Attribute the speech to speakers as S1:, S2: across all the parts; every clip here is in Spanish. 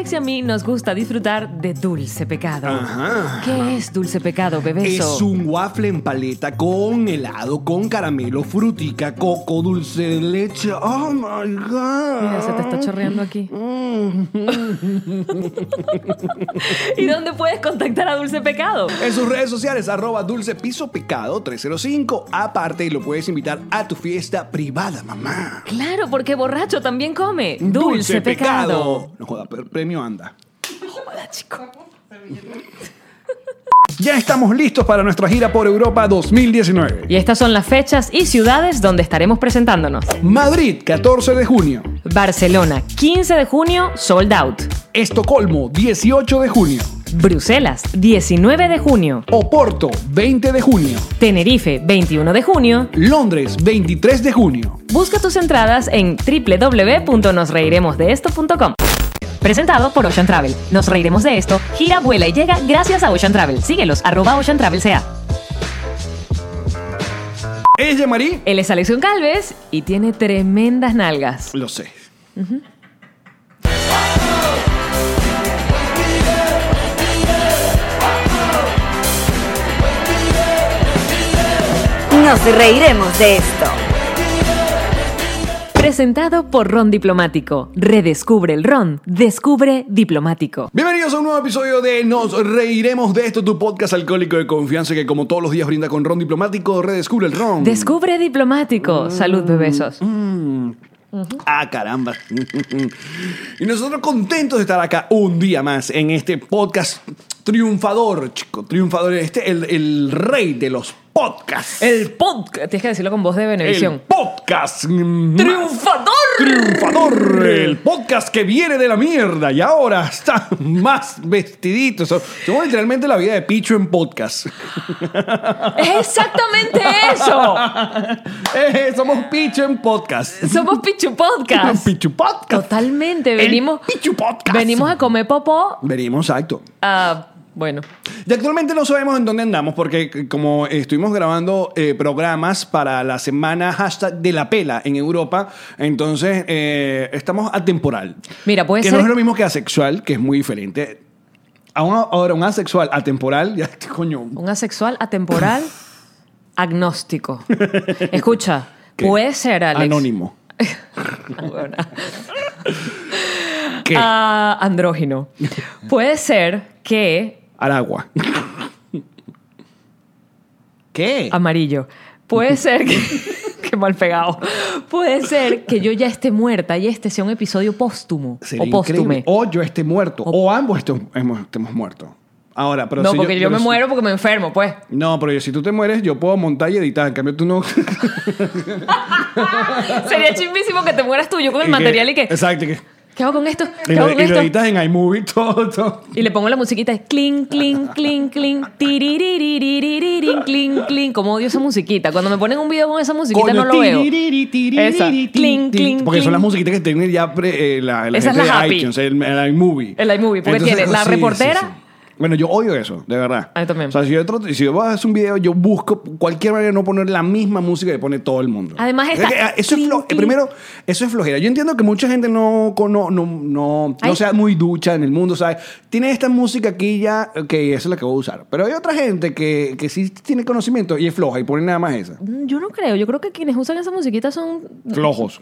S1: Alex y a mí nos gusta disfrutar de dulce pecado.
S2: Ajá.
S1: ¿Qué es dulce pecado, bebeso?
S2: Es un waffle en paleta con helado, con caramelo, frutica, coco, dulce de leche. Oh my God. Mm.
S1: Mira, se te está chorreando aquí. ¿Y dónde puedes contactar a Dulce Pecado?
S2: En sus redes sociales, arroba dulce piso pecado 305. Aparte, lo puedes invitar a tu fiesta privada, mamá.
S1: Claro, porque borracho también come. Dulce, pecado.
S2: No joda, pre- premio anda.
S1: Joda, chico.
S2: Ya estamos listos para nuestra gira por Europa 2019.
S1: Y estas son las fechas y ciudades donde estaremos presentándonos.
S2: Madrid, 14 de junio.
S1: Barcelona, 15 de junio, sold out.
S2: Estocolmo, 18 de junio.
S1: Bruselas, 19 de junio.
S2: Oporto, 20 de junio.
S1: Tenerife, 21 de junio.
S2: Londres, 23 de junio.
S1: Busca tus entradas en www.nosreiremosdeesto.com. Presentado por Ocean Travel. Nos reiremos de esto. Gira, vuela y llega gracias a Ocean Travel. Síguelos, arroba Ocean Travel sea.
S2: Ella, Marí.
S1: Él es Alexion Calves y tiene tremendas nalgas.
S2: Lo sé.
S3: Nos reiremos de esto.
S1: Presentado por Ron Diplomático. Redescubre el Ron. Descubre Diplomático.
S2: Bienvenidos a un nuevo episodio de Nos Reiremos de esto, tu podcast alcohólico de confianza que como todos los días brinda con ron diplomático, redescubre el ron.
S1: Descubre Diplomático. Salud, bebesos.
S2: ah, caramba. y nosotros contentos de estar acá un día más en este podcast triunfador, chico, triunfador. Este, el, el rey de los podcasts.
S1: El podcast. Tienes que decirlo con voz de
S2: El
S1: Benevisión.
S2: podcast más
S1: ¡Triunfador!
S2: triunfador, el podcast que viene de la mierda y ahora está más vestidito. So- Somos literalmente la vida de Picho en podcast.
S1: ¡Es exactamente eso!
S2: Eh, somos Picho en podcast.
S1: Somos Pichu Podcast.
S2: Pichu podcast.
S1: Totalmente.
S2: El
S1: Venimos,
S2: Pichu podcast.
S1: venimos a comer popó.
S2: Venimos, exacto.
S1: Ah, bueno.
S2: Y actualmente no sabemos en dónde andamos porque c- como estuvimos grabando eh, programas para la semana hashtag de la pela en Europa, entonces eh, estamos atemporal.
S1: Mira, puede
S2: que
S1: ser-
S2: no es lo mismo que asexual, que es muy diferente. A un- ahora, un asexual atemporal, ya, coño,
S1: Un asexual atemporal agnóstico. Escucha,
S2: ¿Qué?
S1: puede ser, Alex.
S2: anónimo. ¿Qué?
S1: Ah, andrógino. Puede ser que.
S2: Aragua. ¿Qué?
S1: Amarillo. Puede ser que. Qué mal pegado. Puede ser que yo ya esté muerta y este sea un episodio póstumo.
S2: Sería
S1: o póstume.
S2: increíble. Oh, O yo esté muerto. O, ambos estem- hemos- estemos muertos. Ahora, pero
S1: no,
S2: si
S1: porque yo,
S2: pero
S1: me
S2: si-
S1: muero porque me enfermo, pues.
S2: No, pero yo- si tú te mueres, yo puedo montar y editar. En cambio, tú no.
S1: Sería chimbísimo que te mueras tú, yo con el material y que.
S2: Exacto. que-
S1: ¿Qué hago con esto?
S2: y
S1: ¿Qué hago
S2: lo,
S1: con
S2: y lo
S1: esto?
S2: editas en iMovie, todo, todo.
S1: Y le pongo la musiquita de clink, clink, clink, clink, tiririririririn, clink, clink. Como odio esa musiquita. Cuando me ponen un video con esa musiquita
S2: Coño,
S1: no lo veo.
S2: tiririri, tiririri,
S1: Esa.
S2: tin,
S1: Clink,
S2: tin.
S1: clink,
S2: Porque son
S1: clink.
S2: las musiquitas que tienen ya pre- eh, la, la
S1: Esa es
S2: gente
S1: la
S2: de
S1: happy.
S2: iTunes, el, el iMovie.
S1: El iMovie, porque tiene la reportera.
S2: Bueno, yo odio eso, de verdad.
S1: A mí también.
S2: O sea, si yo, trato- si yo voy a hacer un video, yo busco cualquier manera de no poner la misma música que pone todo el mundo.
S1: Además
S2: Es
S1: está-
S2: que, ah, Eso es
S1: clink,
S2: flo-
S1: clink.
S2: Primero, eso es flojera. Yo entiendo que mucha gente no, con- no, no, no, no
S1: Ay.
S2: sea muy ducha en el mundo, ¿sabes? Tiene esta música aquí ya, ok, esa es la que voy a usar. Pero hay otra gente que, que sí tiene conocimiento y es floja y pone nada más esa.
S1: Mm, Yo no creo. Yo creo que quienes usan esa musiquita son
S2: Flojos.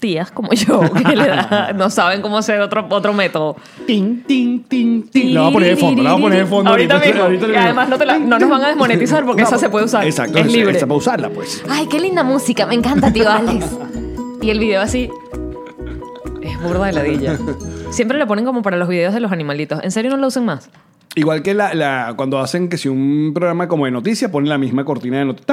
S1: tías como yo, que le da- no saben cómo hacer otro, otro método.
S2: Tin, tin, tin, tin. La vamos a poner de fondo, la vamos a poner de fondo.
S1: Ahorita mismo.
S2: le
S1: Y
S2: digo.
S1: además no te la-
S2: Tin,
S1: no nos
S2: tin.
S1: van a desmonetizar porque esa se puede usar.
S2: Exacto,
S1: Es
S2: esa-
S1: libre.
S2: Esa para usarla, pues.
S1: Ay, qué linda música. Me encanta, tío Alex. y el video así. Es burda de ladilla. Siempre lo ponen como para los videos de los animalitos. ¿En serio no lo usan más?
S2: Igual que la, la- cuando hacen que si un programa como de noticias ponen la misma cortina de noticias.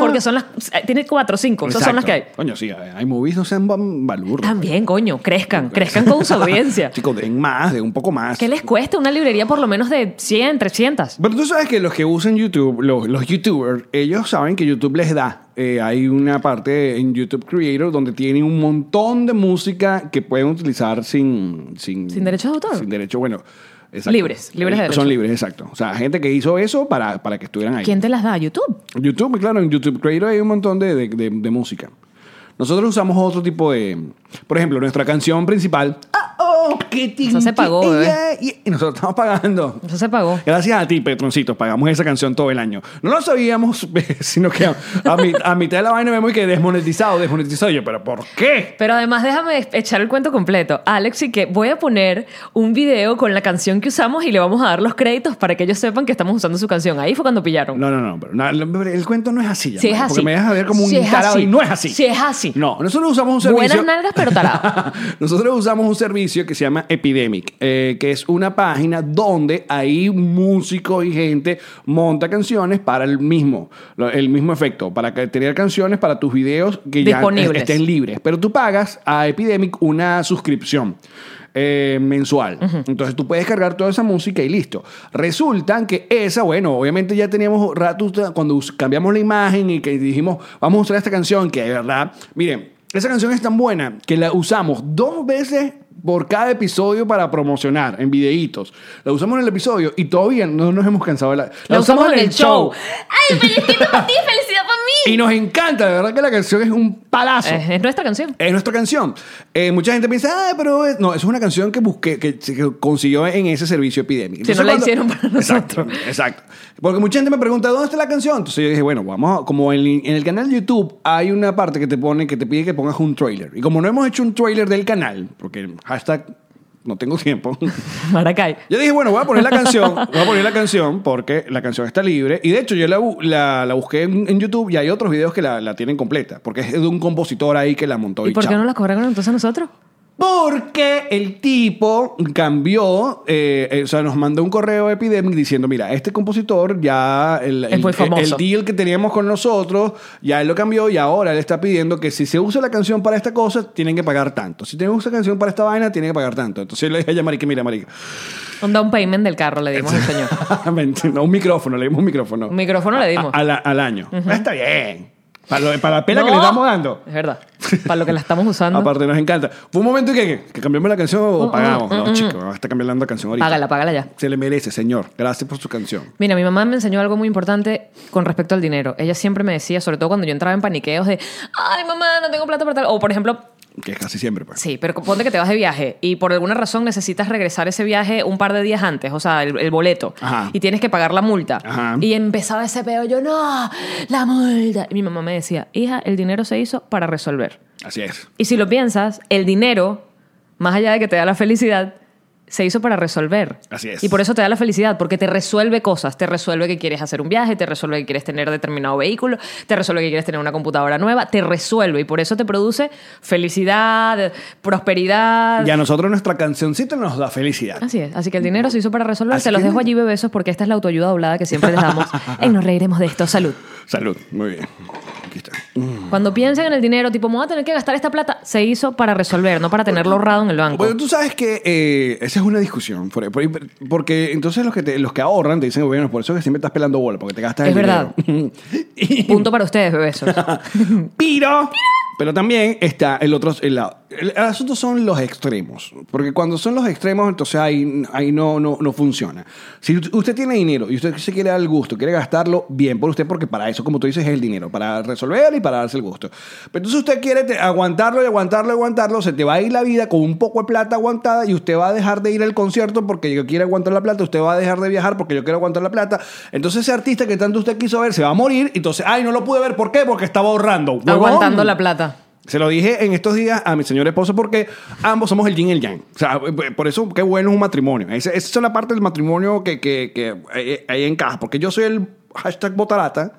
S1: Porque son las. eh, Tiene cuatro o cinco. Esas son las que hay.
S2: Coño, sí, hay movies, no sean ban- balurros.
S1: También, coño, crezcan, crezcan con su audiencia.
S2: Chicos, den más, den un poco más.
S1: ¿Qué les cuesta una librería por lo menos de 100, 300?
S2: Pero tú sabes que los que usan YouTube, los, los YouTubers, ellos saben que YouTube les da. Eh, hay una parte en YouTube Creator donde tienen un montón de música que pueden utilizar sin... Sin,
S1: Sin derechos de autor.
S2: Sin derecho, bueno. exacto.
S1: Libres, libres de
S2: Eh,
S1: derecho.
S2: Son libres, exacto. O sea, gente que hizo eso para, para que estuvieran ahí.
S1: ¿Quién te las da? ¿YouTube?
S2: YouTube, claro, en YouTube Creator hay un montón de, de- de- de música. Nosotros usamos otro tipo de... Por ejemplo, nuestra canción principal... Ah, oh, qué tin,
S1: Eso se
S2: tin,
S1: pagó, ¿eh?
S2: eh, yeah, yeah. Y nosotros estamos pagando.
S1: Eso se pagó.
S2: Gracias a ti, Petroncito, pagamos esa canción todo el año. No lo sabíamos, sino que a, a mi- a mitad de la vaina vemos que desmonetizado, desmonetizado. Yo, ¿pero por qué?
S1: Pero además déjame echar el cuento completo. Alex y que voy a poner un video con la canción que usamos y le vamos a dar los créditos para que ellos sepan que estamos usando su canción. Ahí fue cuando pillaron.
S2: No, no, no, pero, no, no, pero el cuento no es así. ya,
S1: Si es
S2: Porque
S1: así.
S2: me dejas ver como un
S1: Si es
S2: tarado
S1: así.
S2: y no es así.
S1: Si es así.
S2: No, nosotros usamos un servicio.
S1: Buenas nalgas, pero tarado.
S2: Nosotros usamos un servicio que se llama Epidemic, eh, que es una página donde hay músicos y gente monta canciones para el mismo, lo- el mismo efecto, para que- tener canciones para tus videos que ya
S1: Disponibles.
S2: estén libres. Pero tú pagas a Epidemic una suscripción. eh, mensual. Entonces tú puedes cargar toda esa música y listo. Resulta que esa, bueno, obviamente ya teníamos ratos cuando us- cambiamos la imagen y que dijimos, vamos a usar esta canción, que de verdad, miren, esa canción es tan buena que la usamos dos veces por cada episodio para promocionar en videitos. La usamos en el episodio y todavía no nos hemos cansado de la. La,
S1: La usamos en el show.
S4: ¡Ay, felicito para ti! ¡Felicidad para mí!
S2: Y nos encanta, de verdad que la canción es un palazo.
S1: Eh, Es, es nuestra canción.
S2: Es nuestra canción. Eh, mucha gente piensa, ah, pero es-". no, eso es una canción que busqué, que se que consiguió en ese servicio epidémico.
S1: Si no la hicieron para
S2: Exacto, exacto. Porque mucha gente me pregunta, ¿dónde está la canción? Entonces yo dije, bueno, vamos, a- como en, en el canal de YouTube hay una parte que te pone, que te pide que pongas un trailer. Y como no hemos hecho un trailer del canal, porque hashtag no tengo tiempo.
S1: Maracay.
S2: Yo dije, bueno, voy a poner la canción, voy a poner la canción porque la canción está libre. Y de hecho, yo la, bu- la, la busqué en, en YouTube y hay otros videos que la, la tienen completa, porque es de un compositor ahí que la montó.
S1: ¿Y por qué
S2: chao.
S1: no la cobraron entonces nosotros?
S2: Porque el tipo cambió, eh, eh, o sea, nos mandó un correo Epidemic diciendo, mira, este compositor ya, el, el-
S1: muy
S2: el-
S1: famoso.
S2: el deal que teníamos con nosotros, ya él lo cambió y ahora él está pidiendo que si se usa la canción para esta cosa, tienen que pagar tanto. Si tenemos una canción para esta vaina, tienen que pagar tanto. Entonces yo le dije a Yamari que, mira, marica,
S1: Un down payment del carro le dimos al señor.
S2: Mentira, un micrófono, le dimos un micrófono.
S1: Un micrófono le
S2: A-
S1: dimos.
S2: a- al- al año. Está bien. Para, lo- para la pena que
S1: No.
S2: le estamos dando.
S1: Es verdad. Para lo que la estamos usando.
S2: Aparte, nos encanta. Fue un momento que, que cambiamos la canción
S1: Mm,
S2: o pagamos. no, chicos, está cambiando la canción ahorita.
S1: Págala, págala ya.
S2: Se le merece, señor. Gracias por su canción.
S1: Mira, mi mamá me enseñó algo muy importante con respecto al dinero. Ella siempre me decía, sobre todo cuando yo entraba en paniqueos de, ay mamá, no tengo plata para tal. O por ejemplo,
S2: Que es casi siempre, pues.
S1: sí, pero ponte que te vas de viaje y por alguna razón necesitas regresar ese viaje un par de días antes, o sea, el, el boleto.
S2: Ajá.
S1: Y tienes que pagar la multa.
S2: Ajá.
S1: Y empezaba ese peo, yo no, la multa. Y mi mamá me decía, hija, el dinero se hizo para resolver.
S2: Así es.
S1: Y si lo piensas, el dinero, más allá de que te da la felicidad, se hizo para resolver.
S2: Así es.
S1: Y por eso te da la felicidad, porque te resuelve cosas. Te resuelve que quieres hacer un viaje, te resuelve que quieres tener determinado vehículo, te resuelve que quieres tener una computadora nueva, te resuelve. Y por eso te produce felicidad, prosperidad.
S2: Y a nosotros nuestra cancioncita nos da felicidad.
S1: Así es. Así que el dinero se hizo para resolver.
S2: Así
S1: te los
S2: que-
S1: dejo allí, bebesos, porque esta es la autoayuda doblada que siempre les damos. y nos reiremos de esto. Salud.
S2: Salud. Muy bien. Aquí está.
S1: Cuando piensen en el dinero, tipo, me voy a tener que gastar esta plata, se hizo para resolver, no para tenerlo ahorrado en el banco.
S2: Bueno, tú sabes que eh, esa es una discusión. por- por- Porque entonces los que, te- los que ahorran te dicen, bueno, por eso es que siempre estás pelando bola, porque te gastas
S1: Es
S2: el
S1: verdad.
S2: dinero. Y-
S1: Punto para ustedes, bebesos.
S2: Piro. Pero también está el otro el, lado. El- el asunto son los extremos. Porque cuando son los extremos, entonces ahí, ahí no, no, no funciona. Si u- usted tiene dinero y usted se quiere dar el gusto, quiere gastarlo bien por usted, porque para eso, como tú dices, es el dinero, para resolver y para darse el gusto. Pero entonces usted quiere te- aguantarlo y aguantarlo y aguantarlo, se te va a ir la vida con un poco de plata aguantada y usted va a dejar de ir al concierto porque yo quiero aguantar la plata, usted va a dejar de viajar porque yo quiero aguantar la plata. Entonces ese artista que tanto usted quiso ver se va a morir, entonces, ay, no lo pude ver, ¿por qué? Porque estaba ahorrando. ¡Huevón!
S1: Aguantando la plata.
S2: Se lo dije en estos días a mi señor esposo porque ambos somos el yin y el yang. O sea, eh, por eso qué bueno es un matrimonio. Esa, esa es la parte del matrimonio que, que, que ahí, ahí encaja. Porque yo soy el hashtag botarata.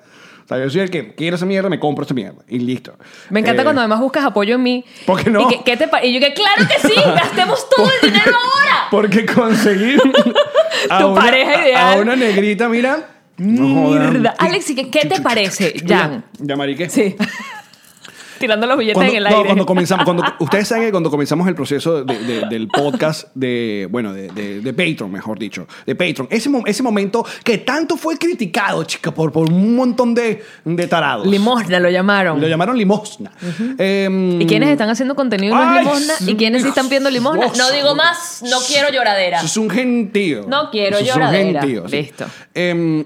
S2: O sea, yo soy el que quiero esa mierda, me compro esa mierda. Y listo.
S1: Me encanta
S2: Eh,
S1: cuando además buscas apoyo en mí.
S2: ¿Por qué no?
S1: Y, que, ¿qué te pa- y yo que, claro que sí, gastemos todo el dinero ahora.
S2: Porque conseguir a
S1: Tu
S2: una-
S1: pareja
S2: a-
S1: ideal.
S2: A una negrita, mira. no jodan.
S1: Mierda. Alex, ¿y qué, qué te parece, Jan?
S2: Mira, Ya, mariqué.
S1: Sí. Tirando los billetes
S2: Cuando,
S1: en el
S2: no,
S1: aire.
S2: cuando comenzamos, cuando ustedes saben que cuando comenzamos el proceso de- de- del podcast de, bueno, de, de- de Patreon, mejor dicho, de Patreon, ese, mo- ese momento que tanto fue criticado, chica, por, por un montón de, de tarados.
S1: Limosna lo llamaron.
S2: Lo llamaron limosna. Em,
S1: ¿Y quiénes están haciendo contenido y no es
S2: Ay,
S1: limosna? ¿Y quiénes sí están pidiendo limosna?
S2: Dios.
S1: No digo más, no quiero lloradera.
S2: Eso es un gentío.
S1: No quiero
S2: Eso es un
S1: lloradera.
S2: sí.
S1: Listo.
S2: Em,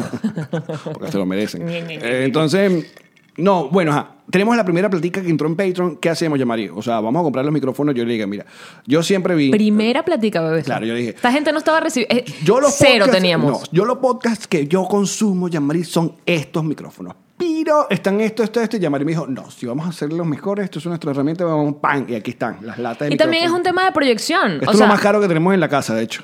S2: porque se lo merecen. Eh, Entonces, no, bueno, ajá. Tenemos la primera platica que entró en Patreon. ¿Qué hacemos, Yamari? O sea, vamos a comprar los micrófonos. Yo le dije, mira, yo siempre vi...
S1: Primera plática, bebé.
S2: Claro, yo dije-
S1: Esta gente no estaba recibiendo.
S2: yo los
S1: Cero
S2: podcasts-
S1: teníamos.
S2: no, yo los podcasts que yo consumo, Yamari, son estos micrófonos. Pero están esto, esto, esto. Y Yamari me dijo, no, si vamos a hacer los mejores, esto es nuestra herramienta, vamos, pan. Y aquí están, las latas de
S1: y también es
S2: micrófono.
S1: un tema de proyección.
S2: Esto
S1: o
S2: es
S1: sea,
S2: lo más caro que tenemos en la casa, de hecho.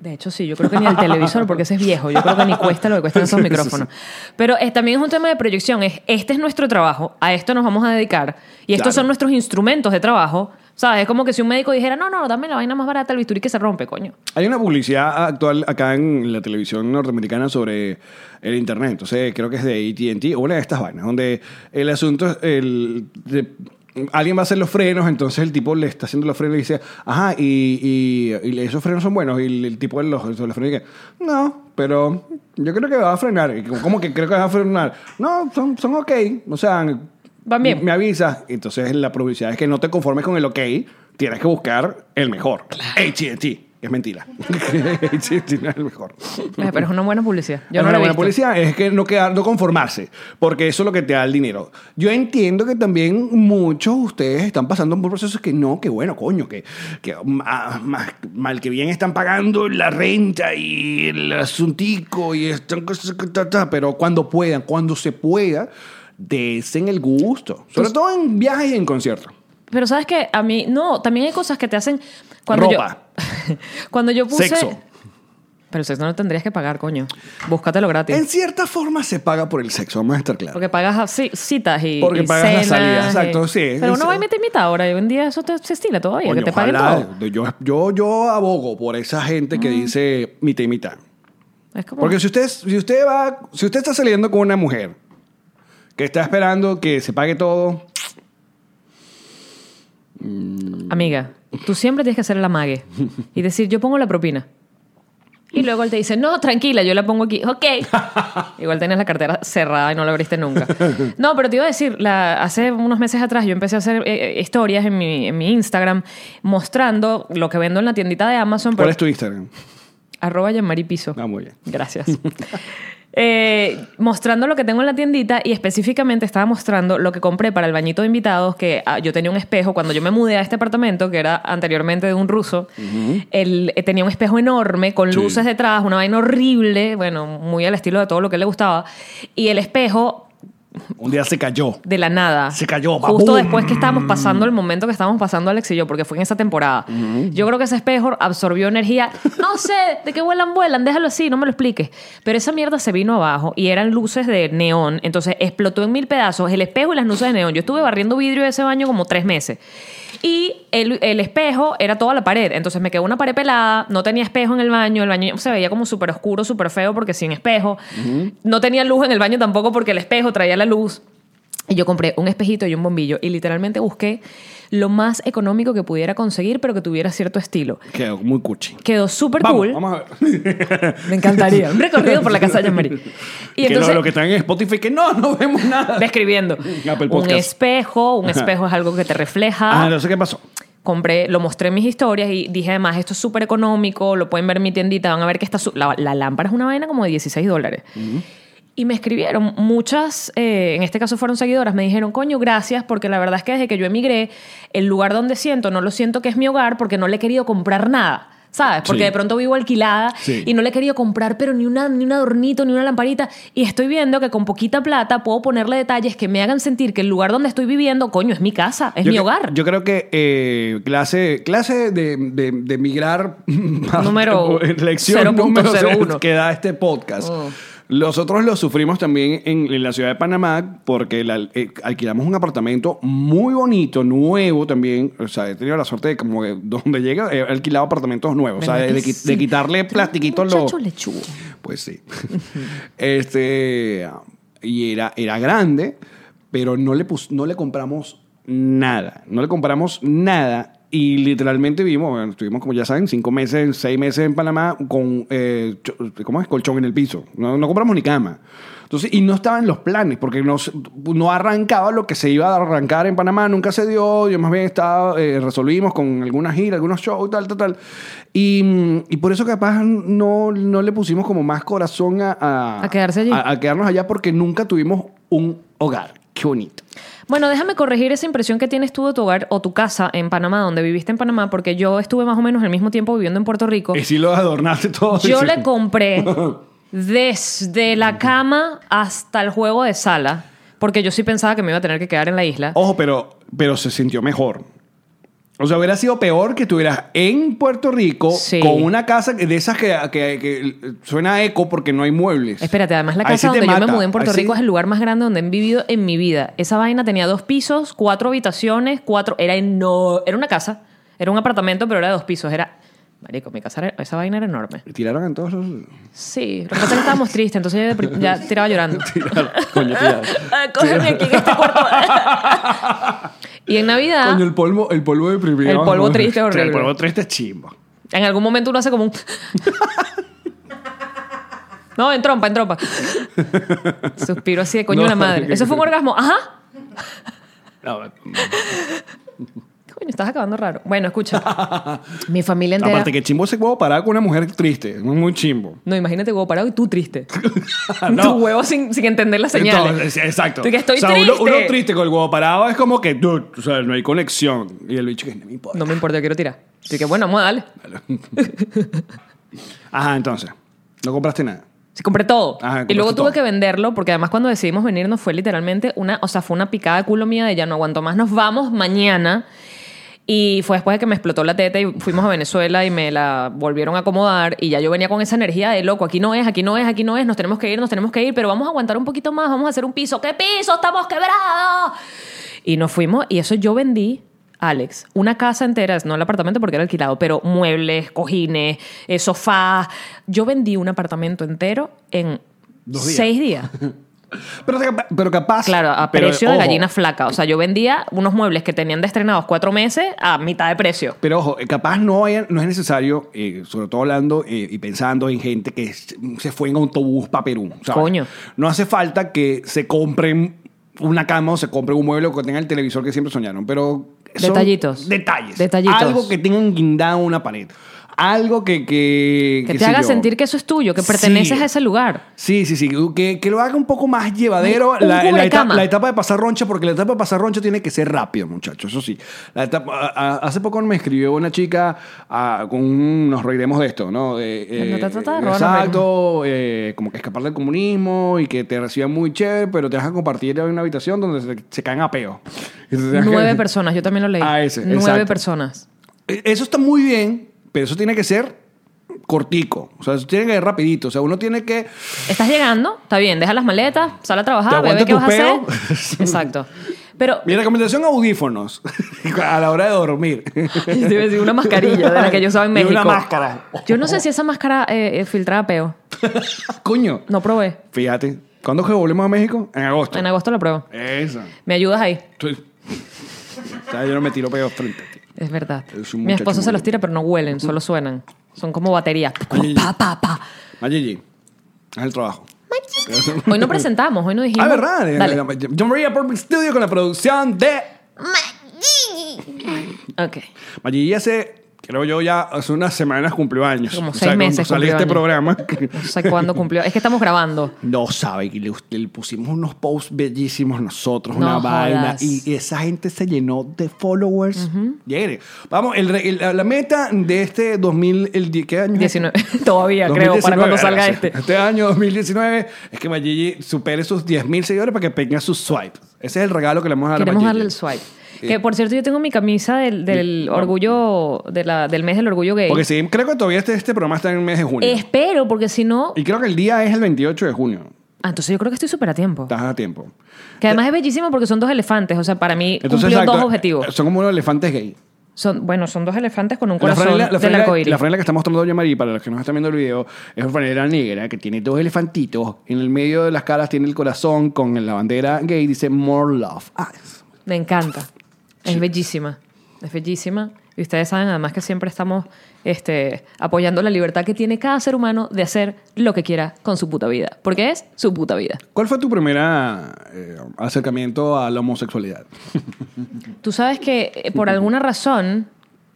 S1: De hecho, sí, yo creo que ni el televisor, porque ese es viejo. Yo creo que ni cuesta lo que cuestan esos
S2: Sí, sí,
S1: micrófonos. Pero eh, también es un tema de proyección. Es, este es nuestro trabajo, a esto nos vamos a dedicar. Y estos
S2: Claro.
S1: son nuestros instrumentos de trabajo. ¿Sabes? Es como que si un médico dijera, no, no, dame la vaina más barata, el bisturí que se rompe, coño.
S2: Hay una publicidad actual acá en la televisión norteamericana sobre el Internet. Entonces, creo que es de ATT o una de estas vainas, donde el asunto es el. de- Alguien va a hacer los frenos, entonces el tipo le está haciendo los frenos y dice, ajá, y, y- y esos frenos son buenos. Y el, el tipo de los, de los frenos dice, no, pero yo creo que va a frenar. Y como, ¿Cómo que creo que va a frenar? No, son, son ok. O sea,
S1: Van bien.
S2: Me avisas. Entonces la publicidad es que no te conformes con el ok, tienes que buscar el mejor. ATT. Es mentira. ATT no es el mejor.
S1: Eh, Pero es una buena publicidad. Yo
S2: es
S1: no
S2: una
S1: la he
S2: buena
S1: visto.
S2: publicidad es que no, quedar, no conformarse, porque eso es lo que te da el dinero. Yo entiendo que también muchos de ustedes están pasando por procesos que no, que bueno, coño, que, que ma- ma- mal que bien están pagando la renta y el asuntico y están cosas que ta, ta, pero cuando puedan, cuando se pueda, desen el gusto.
S1: Pues
S2: Sobre todo en viajes y en conciertos.
S1: Pero sabes que a mí, no, también hay cosas que te hacen. Cuando
S2: Ropa.
S1: Yo, cuando yo puse.
S2: Sexo.
S1: Pero el sexo no lo tendrías que pagar, coño. Búscatelo gratis.
S2: En cierta forma se paga por el sexo, vamos a estar claros.
S1: Porque pagas así, citas y.
S2: Porque
S1: y
S2: pagas la
S1: cenas
S2: salida,
S1: y-
S2: exacto, sí.
S1: Pero
S2: Es-
S1: uno va y mete mitad ahora. Y hoy en día eso te- se estila todavía,
S2: Coño,
S1: que te paguen
S2: ojalá.
S1: todo.
S2: Yo, yo, yo abogo por esa gente que dice mitad y mitad.
S1: Es como.
S2: Porque si usted, si usted va, si usted está saliendo con una mujer que está esperando que se pague todo,
S1: Amiga, tú siempre tienes que hacer el amague y decir, yo pongo la propina. Y luego él te dice, no, tranquila, yo la pongo aquí. Ok. Igual tenías la cartera cerrada y no la abriste nunca. No, pero te iba a decir, la, hace unos meses atrás yo empecé a hacer eh, eh, historias en mi, en mi Instagram mostrando lo que vendo en la tiendita de Amazon.
S2: ¿cuál
S1: Pero,
S2: es tu Instagram?
S1: Arroba Yanmari Piso.
S2: Ah, muy bien.
S1: Gracias. Eh, mostrando lo que tengo en la tiendita y específicamente estaba mostrando lo que compré para el bañito de invitados, que ah, yo tenía un espejo cuando yo me mudé a este apartamento, que era anteriormente de un ruso, él eh, tenía un espejo enorme con
S2: Sí.
S1: luces detrás, una vaina horrible, bueno, muy al estilo de todo lo que a él le gustaba, y el espejo
S2: Un día se cayó.
S1: de la nada.
S2: Se cayó,
S1: Justo
S2: ¡boom!
S1: después que estábamos pasando el momento que estábamos pasando Alex y yo, porque fue en esa temporada. Yo creo que ese espejo absorbió energía. No sé, de qué vuelan, vuelan, déjalo así, no me lo expliques. Pero esa mierda se vino abajo y eran luces de neón. Entonces explotó en mil pedazos el espejo y las luces de neón. Yo estuve barriendo vidrio de ese baño como tres meses. Y el, el espejo era toda la pared. Entonces me quedó una pared pelada, no tenía espejo en el baño, el baño se veía como súper oscuro, súper feo porque sin espejo. No tenía luz en el baño tampoco porque el espejo traía la luz. Y yo compré un espejito y un bombillo y literalmente busqué lo más económico que pudiera conseguir, pero que tuviera cierto estilo.
S2: Quedó muy cuchi.
S1: Quedó súper
S2: Vamos,
S1: cool.
S2: vamos a ver.
S1: Me encantaría. Un recorrido por la casa de Jean-Marie. Y
S2: que lo,
S1: entonces,
S2: lo que están en Spotify que no, no vemos nada.
S1: describiendo.
S2: Apple
S1: Un
S2: Podcast.
S1: espejo, un
S2: Ajá.
S1: espejo es algo que te refleja.
S2: Ah, no sé qué pasó.
S1: compré, lo mostré en mis historias y dije además, esto es súper económico, lo pueden ver en mi tiendita, van a ver que está... su- La, la lámpara es una vaina como de 16 dólares. Y me escribieron muchas, eh, en este caso fueron seguidoras, me dijeron, coño, gracias, porque la verdad es que desde que yo emigré, el lugar donde siento, no lo siento que es mi hogar, porque no le he querido comprar nada. ¿Sabes? Porque
S2: Sí.
S1: de pronto vivo alquilada
S2: Sí.
S1: y no le he querido comprar, pero ni, una, ni un adornito, ni una lamparita. Y estoy viendo que con poquita plata puedo ponerle detalles que me hagan sentir que el lugar donde estoy viviendo, coño, es mi casa, es
S2: Yo
S1: mi
S2: cre-
S1: hogar.
S2: Yo creo que eh, clase, clase de, de, de migrar
S1: Número
S2: lección número
S1: 0.01. Oh.
S2: que da este podcast. Nosotros lo sufrimos también en, en la ciudad de Panamá porque la- eh, alquilamos un apartamento muy bonito, nuevo también. O sea, he tenido la suerte de como que donde llega he alquilado apartamentos nuevos. O sea, de,
S1: ¿Verdad que
S2: qui-
S1: sí?
S2: de quitarle plastiquito lo...
S1: Muchacho lechugo.
S2: Pues sí. este. Y era, era grande, pero no le, pus- no le compramos nada. No le compramos nada. Y literalmente vivimos, bueno, estuvimos como ya saben, cinco meses, seis meses en Panamá con, eh, cho- ¿cómo es? Colchón en el piso. No, no compramos ni cama. Entonces, y no estaban los planes, porque no, se- no arrancaba lo que se iba a arrancar en Panamá, nunca se dio, yo más bien estaba, eh, resolvimos con algunas giras, algunos shows, tal, tal, tal. Y, mm, y por eso capaz no, no le pusimos como más corazón a,
S1: A quedarse allí.
S2: A, a quedarnos allá porque nunca tuvimos un hogar. Qué bonito.
S1: Bueno, déjame corregir esa impresión que tienes tú de tu hogar o tu casa en Panamá, donde viviste en Panamá, porque yo estuve más o menos el mismo tiempo viviendo en Puerto Rico.
S2: Y si lo adornaste todo.
S1: Yo
S2: Sí.
S1: le compré desde la cama hasta el juego de sala, porque yo sí pensaba que me iba a tener que quedar en la isla.
S2: Ojo, pero, pero se sintió mejor. O sea, hubiera sido peor que estuvieras en Puerto Rico
S1: Sí.
S2: con una casa que- de esas que, que- que suena a eco porque no hay muebles.
S1: Espérate, además la
S2: Ahí
S1: casa
S2: sí te
S1: donde yo me
S2: mata.
S1: mudé en Puerto
S2: Ahí sí-
S1: Rico es el lugar más grande donde he vivido en mi vida. Esa vaina tenía dos pisos, cuatro habitaciones, cuatro... Era eno- Era una casa, era un apartamento, pero era de dos pisos. Era... Marico, mi casa, era- esa vaina era enorme.
S2: Tiraron en todos los...
S1: Sí, lo que pasa es que estábamos tristes, entonces yo de pri- ya tiraba llorando.
S2: Tiraron, coño, tiraron.
S1: Ah, Cógeme aquí en este cuarto. y en Navidad,
S2: Coño, el polvo, el polvo deprimido.
S1: Ah. El polvo triste, horrible.
S2: El polvo triste es chimbo.
S1: en algún momento uno hace como un... no, en trompa, en trompa. Suspiro así de coño
S2: No,
S1: la madre.
S2: que-
S1: Eso fue un orgasmo. Ajá.
S2: No,
S1: Coño, estás acabando raro. Bueno, escucha. Mi familia entera...
S2: aparte que chimbo ese huevo parado con una mujer triste. Es Muy chimbo.
S1: No, imagínate huevo parado y tú triste.
S2: No.
S1: Tu huevo sin, sin entender las señales.
S2: Entonces, exacto.
S1: Tú que estoy
S2: o sea,
S1: triste.
S2: Uno, uno triste con el huevo parado es como que, dude, o sea, no hay conexión. Y el bicho que no me importa.
S1: No me importa, yo quiero tirar. Así que bueno, vamos a darle.
S2: Ajá, entonces. No compraste nada.
S1: Sí, compré todo.
S2: Ajá,
S1: y luego tuve
S2: compraste todo.
S1: que venderlo porque además cuando decidimos venirnos fue literalmente una, o sea, fue una picada de culo mía de ya no aguanto más, nos vamos mañana. Y fue después de que me explotó la teta y fuimos a Venezuela y me la volvieron a acomodar y ya yo venía con esa energía de loco, aquí no es, aquí no es, aquí no es, nos tenemos que ir, nos tenemos que ir, pero vamos a aguantar un poquito más, vamos a hacer un piso, ¿qué piso? Estamos quebrados. Y nos fuimos y eso yo vendí. Alex, una casa entera, no el apartamento porque era alquilado, pero muebles, cojines, eh, sofás. Yo vendí un apartamento entero en
S2: Dos días.
S1: seis días.
S2: Pero, capa- pero capaz.
S1: Claro, a
S2: pero,
S1: precio de
S2: ojo,
S1: gallina flaca. O sea, yo vendía unos muebles que tenían de estrenados cuatro meses a mitad de precio.
S2: Pero ojo, eh, capaz no, hay- no es necesario, eh, sobre todo hablando eh, y pensando en gente que s- se fue en autobús para Perú. ¿sabes?
S1: Coño.
S2: No hace falta que se compren una cama o se compren un mueble o que tengan el televisor que siempre soñaron, pero... son
S1: Detallitos.
S2: Detalles.
S1: Detallitos.
S2: Algo que tengan guindado en una pared. Algo que... Que,
S1: Que
S2: qué
S1: te
S2: sé
S1: haga
S2: yo.
S1: sentir que eso es tuyo, que perteneces
S2: Sí.
S1: a ese lugar.
S2: Sí, sí, sí. Que, que lo haga un poco más llevadero
S1: Un
S2: la,
S1: jugo
S2: la
S1: de
S2: eta-
S1: cama.
S2: la etapa de pasar roncha, porque la etapa de pasar roncha tiene que ser rápido, muchachos. Eso sí. La etapa- a- a- hace poco me escribió una chica ah, con un- nos reiremos de esto, ¿no? Eh, eh,
S1: No, ta, ta, ta, roba, nos
S2: exacto. eh, como que escapar del comunismo y que te reciban muy chévere, pero te dejan compartir en una habitación donde se, se caen a peo. Entonces,
S1: Nueve personas, yo también lo leí.
S2: Ah, ese,
S1: Nueve
S2: exacto.
S1: personas.
S2: e, Eso está muy bien, pero eso tiene que ser cortico. O sea, eso tiene que ser rapidito. O sea, uno tiene que...
S1: Estás llegando, está bien, deja las maletas, sal a trabajar,
S2: Te
S1: bebé, ¿qué vas
S2: aguantas
S1: a
S2: tu
S1: hacer? Exacto. Pero
S2: Mi recomendación, audífonos a la hora de dormir.
S1: Te iba a decir una mascarilla de la que yo usaba en
S2: Y
S1: México.
S2: una máscara.
S1: Yo no sé si esa máscara eh, eh, filtraba peo.
S2: Coño.
S1: No probé.
S2: Fíjate. ¿Cuándo es que volvemos a México? En agosto.
S1: En agosto la pruebo.
S2: Eso.
S1: ¿Me ayudas ahí?
S2: Tú- O sea, yo no me tiro pedos frente a ti.
S1: Es verdad.
S2: Es un
S1: Mi esposo
S2: muchacho
S1: se los
S2: muy-
S1: tira, pero no huelen, solo suenan. Son como baterías.
S2: Oye,
S1: Pa, pa, pa.
S2: Mayigi, haz el trabajo.
S1: Hoy no presentamos, hoy no dijimos.
S2: Ah, ¿verdad?
S1: Dale.
S2: John Maria Purple Studio con la producción de...
S4: Magigi.
S1: Ok.
S2: Mayigi hace... Creo yo ya hace unas semanas cumplió años.
S1: Como
S2: O
S1: seis
S2: sea, cuando
S1: meses
S2: salió
S1: cumplió
S2: este
S1: años.
S2: programa.
S1: No sé cuándo cumplió. Es que estamos grabando.
S2: No sabe, que le, le pusimos unos posts bellísimos nosotros,
S1: No
S2: una vaina.
S1: jodas.
S2: Y esa gente se llenó de followers. Llegue. Vamos, el re- el- la, la meta de este 2000, el, di- ¿qué año? es este?
S1: 19. Todavía, creo, para cuando
S2: 2019,
S1: salga
S2: sí.
S1: este.
S2: Este año 2019 es que Mayigi supere sus 10.000 seguidores para que tenga sus swipes. Ese es el regalo que le vamos a dar a
S1: Queremos
S2: Mayigi.
S1: darle el swipe. Que por cierto, yo tengo mi camisa del, del orgullo, de la- del mes del orgullo gay.
S2: Porque sí, creo que todavía este, este programa está en el mes de junio.
S1: Espero, porque si no.
S2: Y creo que el día es el 28 de junio.
S1: Ah, entonces yo creo que estoy súper a tiempo.
S2: Estás a tiempo.
S1: Que además es bellísimo porque son dos elefantes. O sea, para mí
S2: eh, Entonces,
S1: cumplió
S2: exacto,
S1: dos objetivos.
S2: Son como los elefantes gay.
S1: Son, bueno, son dos elefantes con un
S2: La
S1: corazón
S2: franela, la,
S1: del
S2: franela-
S1: arcoíris.
S2: la franela que está mostrando Doña María, para los que nos están viendo el video, es una franela negra que tiene dos elefantitos. En el medio de las caras tiene el corazón con la bandera gay. Dice More Love. Ah, es-
S1: Me encanta. Es bellísima. Es bellísima. Y ustedes saben además que siempre estamos este, apoyando la libertad que tiene cada ser humano de hacer lo que quiera con su puta vida. Porque es su puta vida.
S2: ¿Cuál fue tu primer acercamiento a la homosexualidad?
S1: Tú sabes que eh, por alguna razón.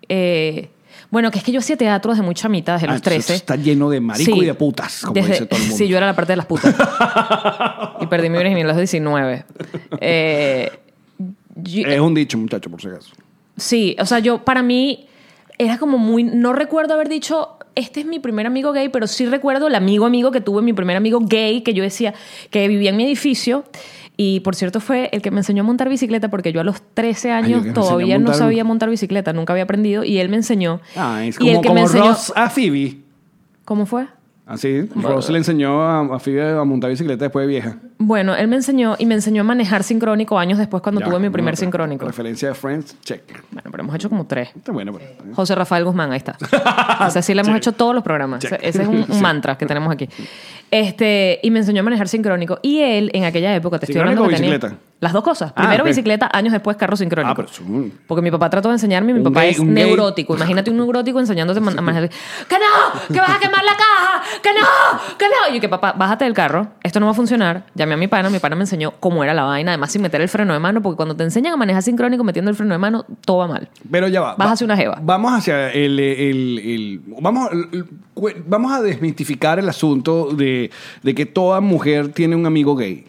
S1: eh, bueno, que es que yo hacía teatro desde muy chamita, desde
S2: Ah,
S1: los
S2: entonces
S1: 13.
S2: está lleno de marico y de putas, como dice todo el mundo.
S1: Sí, yo era la parte de las putas. y perdí mi virginidad a los 19. Eh, yo-
S2: Es un dicho, muchacho, por si acaso.
S1: Sí, o sea, yo para mí era como muy. No recuerdo haber dicho. Este es mi primer amigo gay, pero sí recuerdo el amigo amigo que tuve, mi primer amigo gay, que yo decía que vivía en mi edificio. Y por cierto, fue el que me enseñó a montar bicicleta, porque yo a los 13
S2: yo
S1: años
S2: que me enseñó a
S1: todavía no
S2: montar-
S1: sabía montar bicicleta, nunca había aprendido, y él me enseñó.
S2: Ah, es
S1: y el
S2: como,
S1: que
S2: como
S1: me enseñó.
S2: Ross a Phoebe.
S1: ¿Cómo fue?
S2: Así, Ross le enseñó a, a Phoebe a montar bicicleta después de vieja.
S1: Bueno, él me enseñó y me enseñó a manejar sincrónico años después cuando
S2: Ya,
S1: tuve mi primer
S2: no,
S1: sincrónico.
S2: Referencia de Friends, check.
S1: Bueno, pero hemos hecho como tres.
S2: Está bueno, pues. pero-
S1: José Rafael Guzmán, ahí está. O sea, sí le hemos
S2: Check.
S1: hecho todos los programas.
S2: Check.
S1: Ese- Ese es un, un
S2: Sí.
S1: mantra que tenemos aquí. Este, y me enseñó a manejar sincrónico. Y él, en aquella época, te estoy
S2: ¿Sincrónico
S1: hablando que
S2: o
S1: tenía-
S2: bicicleta?
S1: Las dos cosas.
S2: Ah,
S1: Primero
S2: ok.
S1: bicicleta, años después carro sincrónico.
S2: Ah, pero es un-
S1: Porque mi papá trató de enseñarme y mi
S2: Un
S1: papá
S2: gay-
S1: es
S2: un gay-
S1: neurótico. Imagínate un neurótico enseñándote a man- a manejar. ¡Que no! ¡Que vas a quemar la caja! ¡Que no! ¡Que no! Y yo que papá, bájate del carro. Esto no va a funcionar. Llamé a mi pana. Mi pana me enseñó cómo era la vaina. Además, sin meter el freno de mano. Porque cuando te enseñan a manejar sincrónico metiendo el freno de mano, todo va mal.
S2: Pero ya va.
S1: Vas
S2: va-
S1: hacia una jeva.
S2: Vamos hacia el. el- el- vamos, el- cu- vamos a desmistificar el asunto de, de que toda mujer tiene un amigo gay.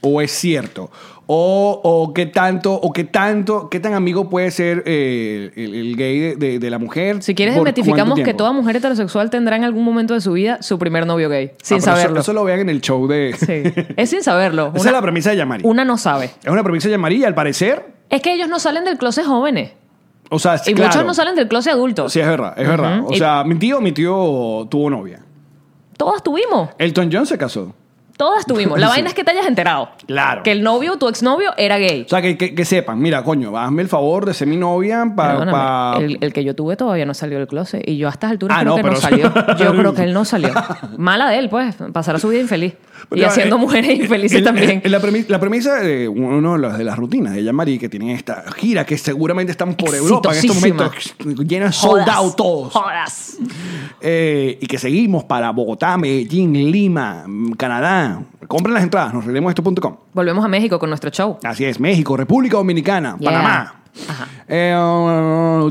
S2: O es cierto. O, o qué tanto, o qué tanto, qué tan amigo puede ser eh, el, el gay de, de- de la mujer.
S1: Si quieres,
S2: ¿Por
S1: identificamos
S2: cuánto
S1: que
S2: tiempo?
S1: toda mujer heterosexual tendrá en algún momento de su vida su primer novio gay,
S2: Ah,
S1: sin
S2: pero eso-
S1: saberlo.
S2: Eso, lo vean en el show de.
S1: Sí. Es sin saberlo.
S2: Esa
S1: Una-
S2: es la premisa de Yamari.
S1: Una no sabe.
S2: Es una premisa de Yamari y al parecer.
S1: Es que ellos no salen del closet jóvenes.
S2: O sea,
S1: Y
S2: claro.
S1: muchos no salen del closet adultos.
S2: Sí, es verdad, es verdad.
S1: Ujú.
S2: O
S1: Y-
S2: sea, mi tío, mi tío tuvo novia.
S1: Todas tuvimos.
S2: Elton John se casó.
S1: Todas tuvimos. La
S2: Sí.
S1: vaina es que te hayas enterado.
S2: Claro.
S1: Que el novio, tu exnovio, era gay.
S2: O sea, que, que- que sepan, mira, coño, hazme el favor de ser mi novia para...
S1: Perdóname, el, el que yo tuve todavía no salió del closet. Y yo a estas alturas
S2: Ah,
S1: creo
S2: no,
S1: que no
S2: pero-
S1: salió. Yo creo que él no salió. Mala de él, pues. Pasará su vida infeliz. Y
S2: eh,
S1: haciendo mujeres infelices también.
S2: la, premi- la premisa de uno de las, de las rutinas de Yamari, que tienen esta gira, que seguramente están por Europa en estos
S1: Exitosísima.
S2: momentos, llena sold
S1: Jodas.
S2: out todos.
S1: Jodas.
S2: Eh, y que seguimos para Bogotá, Medellín, Lima, mm, Canadá. Compren las entradas, nos reiremos esto.com.
S1: Volvemos a México con nuestro show.
S2: Así es, México, República Dominicana,
S1: Yeah.
S2: Panamá.
S1: Ajá.
S2: Eh,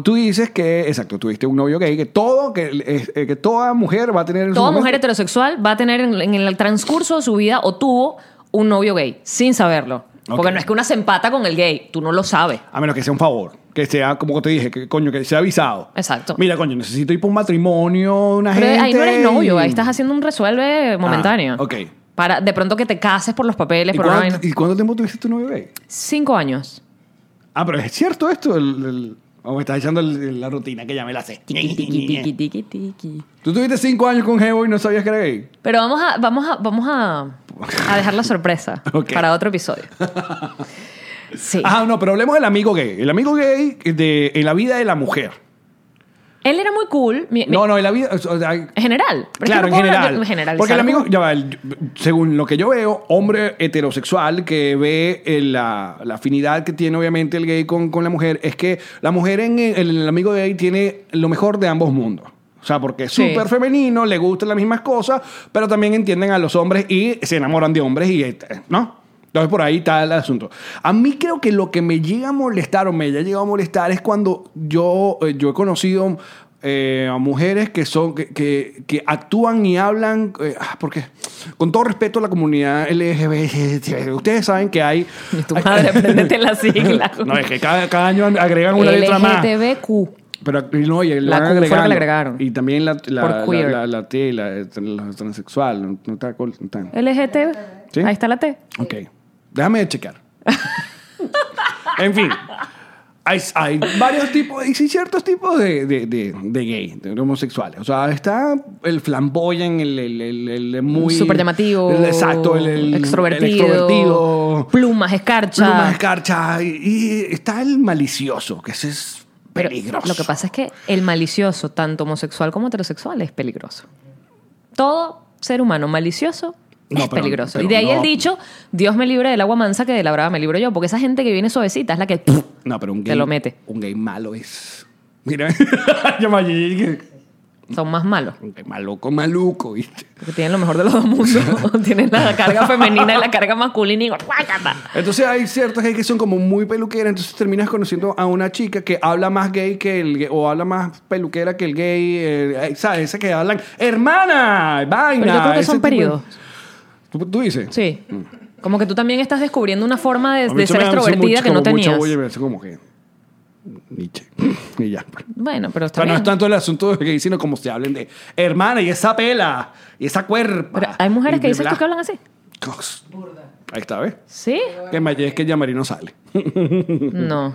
S2: tú dices que, exacto, tuviste un novio gay, que todo, que, eh, que toda mujer va a tener en su
S1: Toda mujer
S2: momento-
S1: heterosexual va a tener en, en el transcurso de su vida o tuvo un novio gay, sin saberlo.
S2: Ok.
S1: Porque no es que una se empata con el gay, tú no lo sabes.
S2: A menos que sea un favor. Que sea, como te dije, que coño, que sea avisado.
S1: Exacto.
S2: Mira, coño, necesito ir por un matrimonio, una
S1: Pero
S2: gente.
S1: ahí no eres novio, ahí estás
S2: así.
S1: haciendo un resuelve momentáneo.
S2: ok.
S1: Para de pronto que te cases por los papeles,
S2: ¿Y,
S1: por una
S2: cuánto-
S1: vaina.
S2: y cuánto tiempo tuviste tu novio gay?
S1: Cinco años.
S2: Ah, pero es cierto esto. El, el- o me estás echando el- la rutina que ya me la sé.
S1: Tiki, tiki, tiki, tiki, tiki.
S2: Tú tuviste cinco años con Jevo y no sabías que era gay.
S1: Pero vamos a, vamos a, vamos a, a dejar la sorpresa
S2: Ok.
S1: para otro episodio. Sí.
S2: Ah, no, pero hablemos del amigo gay. El amigo gay de, en la vida de la mujer.
S1: Él era muy cool. mi- mi-
S2: No, no, en la vida. o sea,
S1: En general. Pero es que
S2: claro,
S1: no
S2: en
S1: puedo hablar
S2: general.
S1: de- generalizar
S2: Porque el amigo,
S1: como-
S2: ya va, el- según lo que yo veo, hombre heterosexual que ve eh, la, la afinidad que tiene obviamente el gay con, con la mujer, es que la mujer en el, en el amigo gay tiene lo mejor de ambos mundos. O sea, porque es
S1: Sí.
S2: súper femenino, le gustan las mismas cosas, pero también entienden a los hombres y se enamoran de hombres y, eh, ¿no? Entonces por ahí está el asunto. A mí creo que lo que me llega a molestar o me ha llegado a molestar es cuando yo, eh, yo he conocido eh, a mujeres que son que, que- que actúan y hablan eh, ah, porque con todo respeto a la comunidad LGBT ustedes saben que hay
S1: Y tu madre, aprendete la sigla.
S2: no es que cada, cada año agregan una letra más
S1: LGTBQ.
S2: pero y no, y le
S1: La
S2: van
S1: Q fue la que
S2: agregando.
S1: le agregaron.
S2: Y también la, la,
S1: Por
S2: la,
S1: queer.
S2: la- la T, la, la transexual. no- no te acuerdas, no te-
S1: LGTB.
S2: ¿Sí?
S1: Ahí está la T.
S2: Ok. Déjame checar. en fin. Hay, hay varios tipos, y sí, ciertos tipos de, de, de, de gay, de homosexuales. O sea, está el flamboyant, el, el, el- el muy.
S1: Súper llamativo.
S2: el- exacto, el, el-
S1: extrovertido.
S2: el extrovertido.
S1: Plumas, escarcha.
S2: Plumas escarcha. Y, y está el malicioso, que ese es
S1: Pero
S2: peligroso.
S1: Lo que pasa es que el malicioso, tanto homosexual como heterosexual, es peligroso. Todo ser humano malicioso
S2: No,
S1: es
S2: pero-
S1: peligroso.
S2: pero
S1: y de ahí
S2: no.
S1: el dicho, Dios me libre del agua mansa que de la brava me libro yo. Porque esa gente que viene suavecita es la que ¡puf!
S2: No, pero un
S1: Te
S2: gay.
S1: lo mete.
S2: Un gay malo es. Mira, yo me dije,
S1: son más malos.
S2: un gay maluco, maluco, ¿viste?
S1: Porque tienen lo mejor de los dos mundos. tienen la carga femenina y la carga masculina. Y guácata.
S2: Entonces hay ciertos gays que son como muy peluqueras, entonces terminas conociendo a una chica que habla más gay que el gay, o habla más peluquera que el gay, eh, eh, ¿sabes? Esa que hablan, hermana, vaina.
S1: Pero yo creo que
S2: ese
S1: son
S2: tipo de-
S1: periodos.
S2: ¿Tú, tú dices?
S1: Sí. Como que tú también estás descubriendo una forma de,
S2: Mm. A mí
S1: de
S2: eso
S1: ser
S2: me hace
S1: extrovertida
S2: mucho-
S1: que no
S2: como mucho
S1: tenías.
S2: bulla, me hace como que... Nietzsche. y ya. pues.
S1: Bueno, pero está
S2: Pero no
S1: bien.
S2: es tanto el asunto de gay, sino como se hablen de hermana y esa pela y esa cuerpa.
S1: Pero hay mujeres
S2: Ah, y
S1: que dicen
S2: bla,
S1: tú que
S2: bla.
S1: hablan así.
S2: Cos. Ahí está, ¿ves?
S1: ¿Sí?
S2: Que me es que Yamari no sale.
S1: No.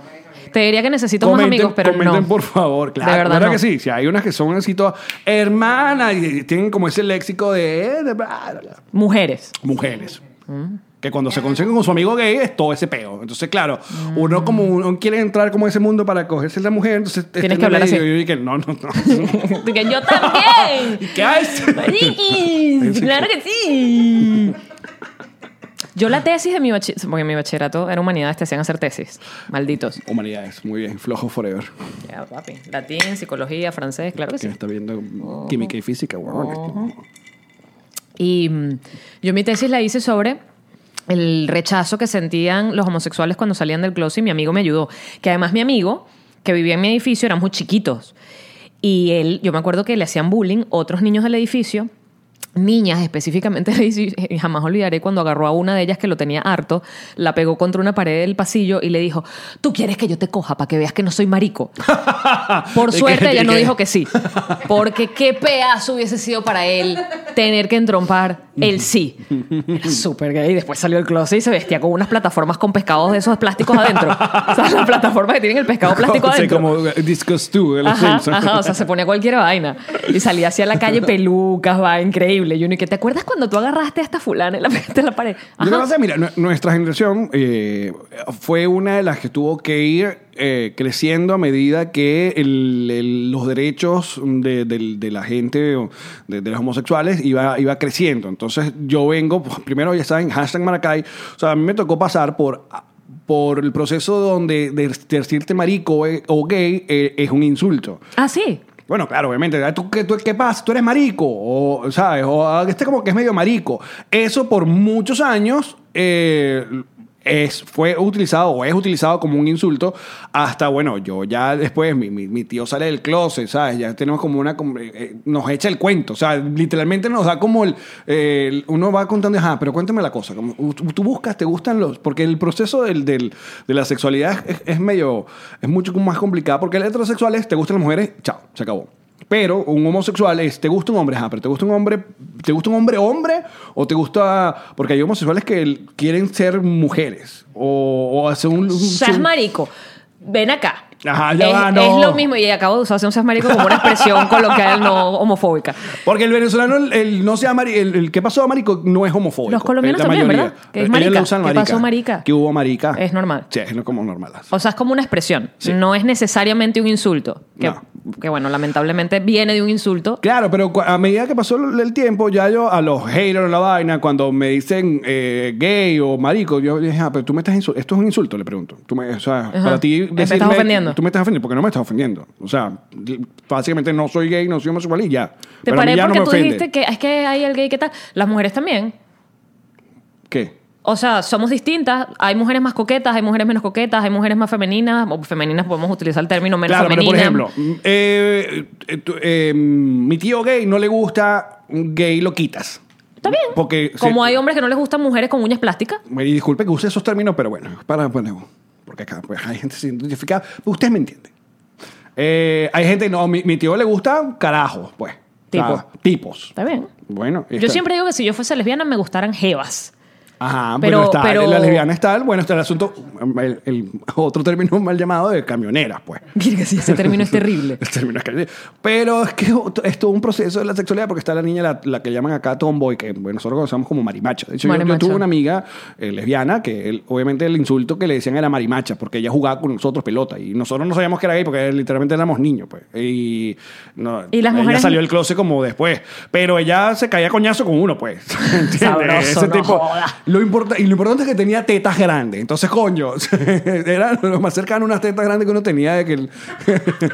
S1: Te diría que necesito más amigos, pero
S2: comenten,
S1: no.
S2: por favor, claro.
S1: De verdad
S2: ¿Verdad
S1: no.
S2: que sí? Si hay unas que son así todas, hermana, y tienen como ese léxico de, de bla, bla, bla.
S1: Mujeres.
S2: mujeres.
S1: Mm.
S2: Que cuando se consiguen con su amigo gay es todo ese peo. Entonces, claro, uno como uno quiere entrar como a ese mundo para cogerse la mujer, entonces este
S1: Mm. Tienes que
S2: no
S1: hablar
S2: le-
S1: así.
S2: yo- yo dije, no, no, no.
S1: Porque yo también.
S2: ¿Qué haces?
S1: Mariquis, claro que sí. Yo la tesis de mi bachillerato, porque en mi bachillerato era humanidades, te hacían hacer tesis. Malditos.
S2: Humanidades, muy bien, flojo forever.
S1: Ya, papi. Latín, psicología, francés, claro que
S2: Que
S1: Pues sí. Oh.
S2: está viendo química y física, huevón.
S1: Y mm, yo mi tesis la hice sobre el rechazo que sentían los homosexuales cuando salían del closet y mi amigo me ayudó. Que además mi amigo, que vivía en mi edificio, eran muy chiquitos. Y él, yo me acuerdo que le hacían bullying otros niños del edificio, niñas específicamente del edificio, y jamás olvidaré cuando agarró a una de ellas que lo tenía harto, la pegó contra una pared del pasillo y le dijo, tú quieres que yo te coja para que veas que no soy marico. Por
S2: ¿Y qué-
S1: suerte ella
S2: y
S1: no
S2: qué?
S1: dijo que sí, porque qué pedazo hubiese sido para él tener que entrompar el sí. Era súper gay, después salió el closet y se vestía con unas plataformas con pescados de esos plásticos adentro. O sea, las plataformas que tienen el pescado plástico
S2: O sea,
S1: adentro.
S2: como Discuss 2 de los
S1: Ajá,
S2: Simpsons.
S1: ajá, o sea, se ponía cualquier vaina. Y salía hacia la calle pelucas, va, increíble. Y uno, ¿y qué te acuerdas cuando tú agarraste a esta fulana y la pegaste en la pared?
S2: Yo lo que
S1: Ajá.
S2: pasa es, mira, nu- nuestra generación eh, fue una de las que tuvo que ir eh, creciendo a medida que el- el- los derechos de, del- de la gente, o de, de los homosexuales, iba, iba creciendo. Entonces yo vengo, pues, primero ya saben, hashtag Maracay, o sea, a mí me tocó pasar por por el proceso donde de decirte marico eh, o gay eh, es un insulto.
S1: Ah, sí.
S2: Bueno, claro, obviamente. ¿Tú qué, tú, qué pasa? ¿Tú eres marico? O, ¿sabes? O ah, este como que es medio marico. Eso por muchos años eh, es, fue utilizado o es utilizado como un insulto hasta, bueno, yo ya después, mi, mi- mi tío sale del closet, ¿sabes? Ya tenemos como una... como, eh, eh, nos echa el cuento. O sea, literalmente nos da como el... eh, el- uno va contando, ajá, pero cuéntame la cosa. Como, tú, tú buscas, te gustan los... Porque el proceso del, del- de la sexualidad es, es medio... Es mucho más complicado porque el heterosexual es, te gustan las mujeres, chao, se acabó. Pero un homosexual es, ¿te gusta un hombre? Ah, pero ¿te gusta un hombre? ¿Te gusta un hombre hombre? ¿O te gusta...? Porque hay homosexuales que el- quieren ser mujeres. O, o hacer un... un-
S1: Seas
S2: un-
S1: marico. Ven acá.
S2: Ajá, ya
S1: es,
S2: va, no.
S1: es lo mismo, y acabo de usar un seas marico como una expresión coloquial no homofóbica.
S2: Porque el venezolano, el, el no sea mari- el, el que pasó a marico no es homofóbico.
S1: Los colombianos
S2: La
S1: también,
S2: mayoría.
S1: ¿verdad? Que es
S2: Ellos
S1: marica.
S2: lo usan
S1: ¿Qué pasó, marica?
S2: Que hubo marica.
S1: Es normal.
S2: Sí, es como normal.
S1: O sea, es como una expresión.
S2: Sí.
S1: No es necesariamente un insulto. Que,
S2: No.
S1: que, bueno, lamentablemente viene de un insulto.
S2: Claro, pero cu- a medida que pasó el el tiempo, ya yo a los haters de la vaina, cuando me dicen eh, gay o marico, yo dije, ah, pero tú me estás insultando. Esto es un insulto, le pregunto. Tú me, o sea, para ti.
S1: Me estás
S2: decirme-
S1: ofendiendo.
S2: Tú me estás ofendiendo, porque no me estás ofendiendo. O sea, l- básicamente no soy gay, no soy homosexual y ya.
S1: Te
S2: Pero a mí
S1: paré
S2: ya no
S1: porque
S2: me
S1: tú
S2: ofende.
S1: dijiste que es que hay el gay que tal. Las mujeres también.
S2: ¿Qué?
S1: O sea, somos distintas. Hay mujeres más coquetas, hay mujeres menos coquetas, hay mujeres más femeninas. O femeninas podemos utilizar el término menos
S2: Claro, pero
S1: femenina.
S2: por ejemplo, mm, eh, eh, tú- eh, mi tío gay no le gusta un gay lo quitas.
S1: Está bien.
S2: Porque
S1: Como
S2: se-
S1: hay hombres que no les gustan mujeres con uñas plásticas.
S2: Me disculpe que use esos términos, pero bueno, es para bueno, porque acá pues, hay gente sin identificar. Ustedes me entienden. Eh, hay gente, no, mi, mi tío le gusta carajos, pues. O sea,
S1: Tipo.
S2: tipos.
S1: Está bien.
S2: Bueno.
S1: Yo
S2: está-
S1: siempre digo que si yo fuese lesbiana me gustaran jevas.
S2: Ajá,
S1: Pero-
S2: pero, está,
S1: pero-
S2: la lesbiana está, el- bueno, está el asunto, el, el otro término mal llamado de camionera, pues.
S1: Mira que sí, ese término es terrible.
S2: El término es que- Pero es que es todo un proceso de la sexualidad porque está la niña, la, la que llaman acá tomboy, que bueno, nosotros conocemos como marimacha. De hecho, yo-
S1: Marimacha.
S2: Yo, tuve una amiga eh, lesbiana que él- obviamente el insulto que le decían era marimacha porque ella jugaba con nosotros pelota y nosotros no sabíamos que era gay porque literalmente éramos niños, pues. Y, no,
S1: Y las
S2: ella
S1: mujeres-
S2: salió del closet como después, pero ella se caía a coñazo con uno, pues. ¿Entiendes?
S1: Sabroso, no joda.
S2: Lo importa, y lo importante es que tenía tetas grandes. Entonces, coño, era lo más cercano a unas tetas grandes que uno tenía de que el-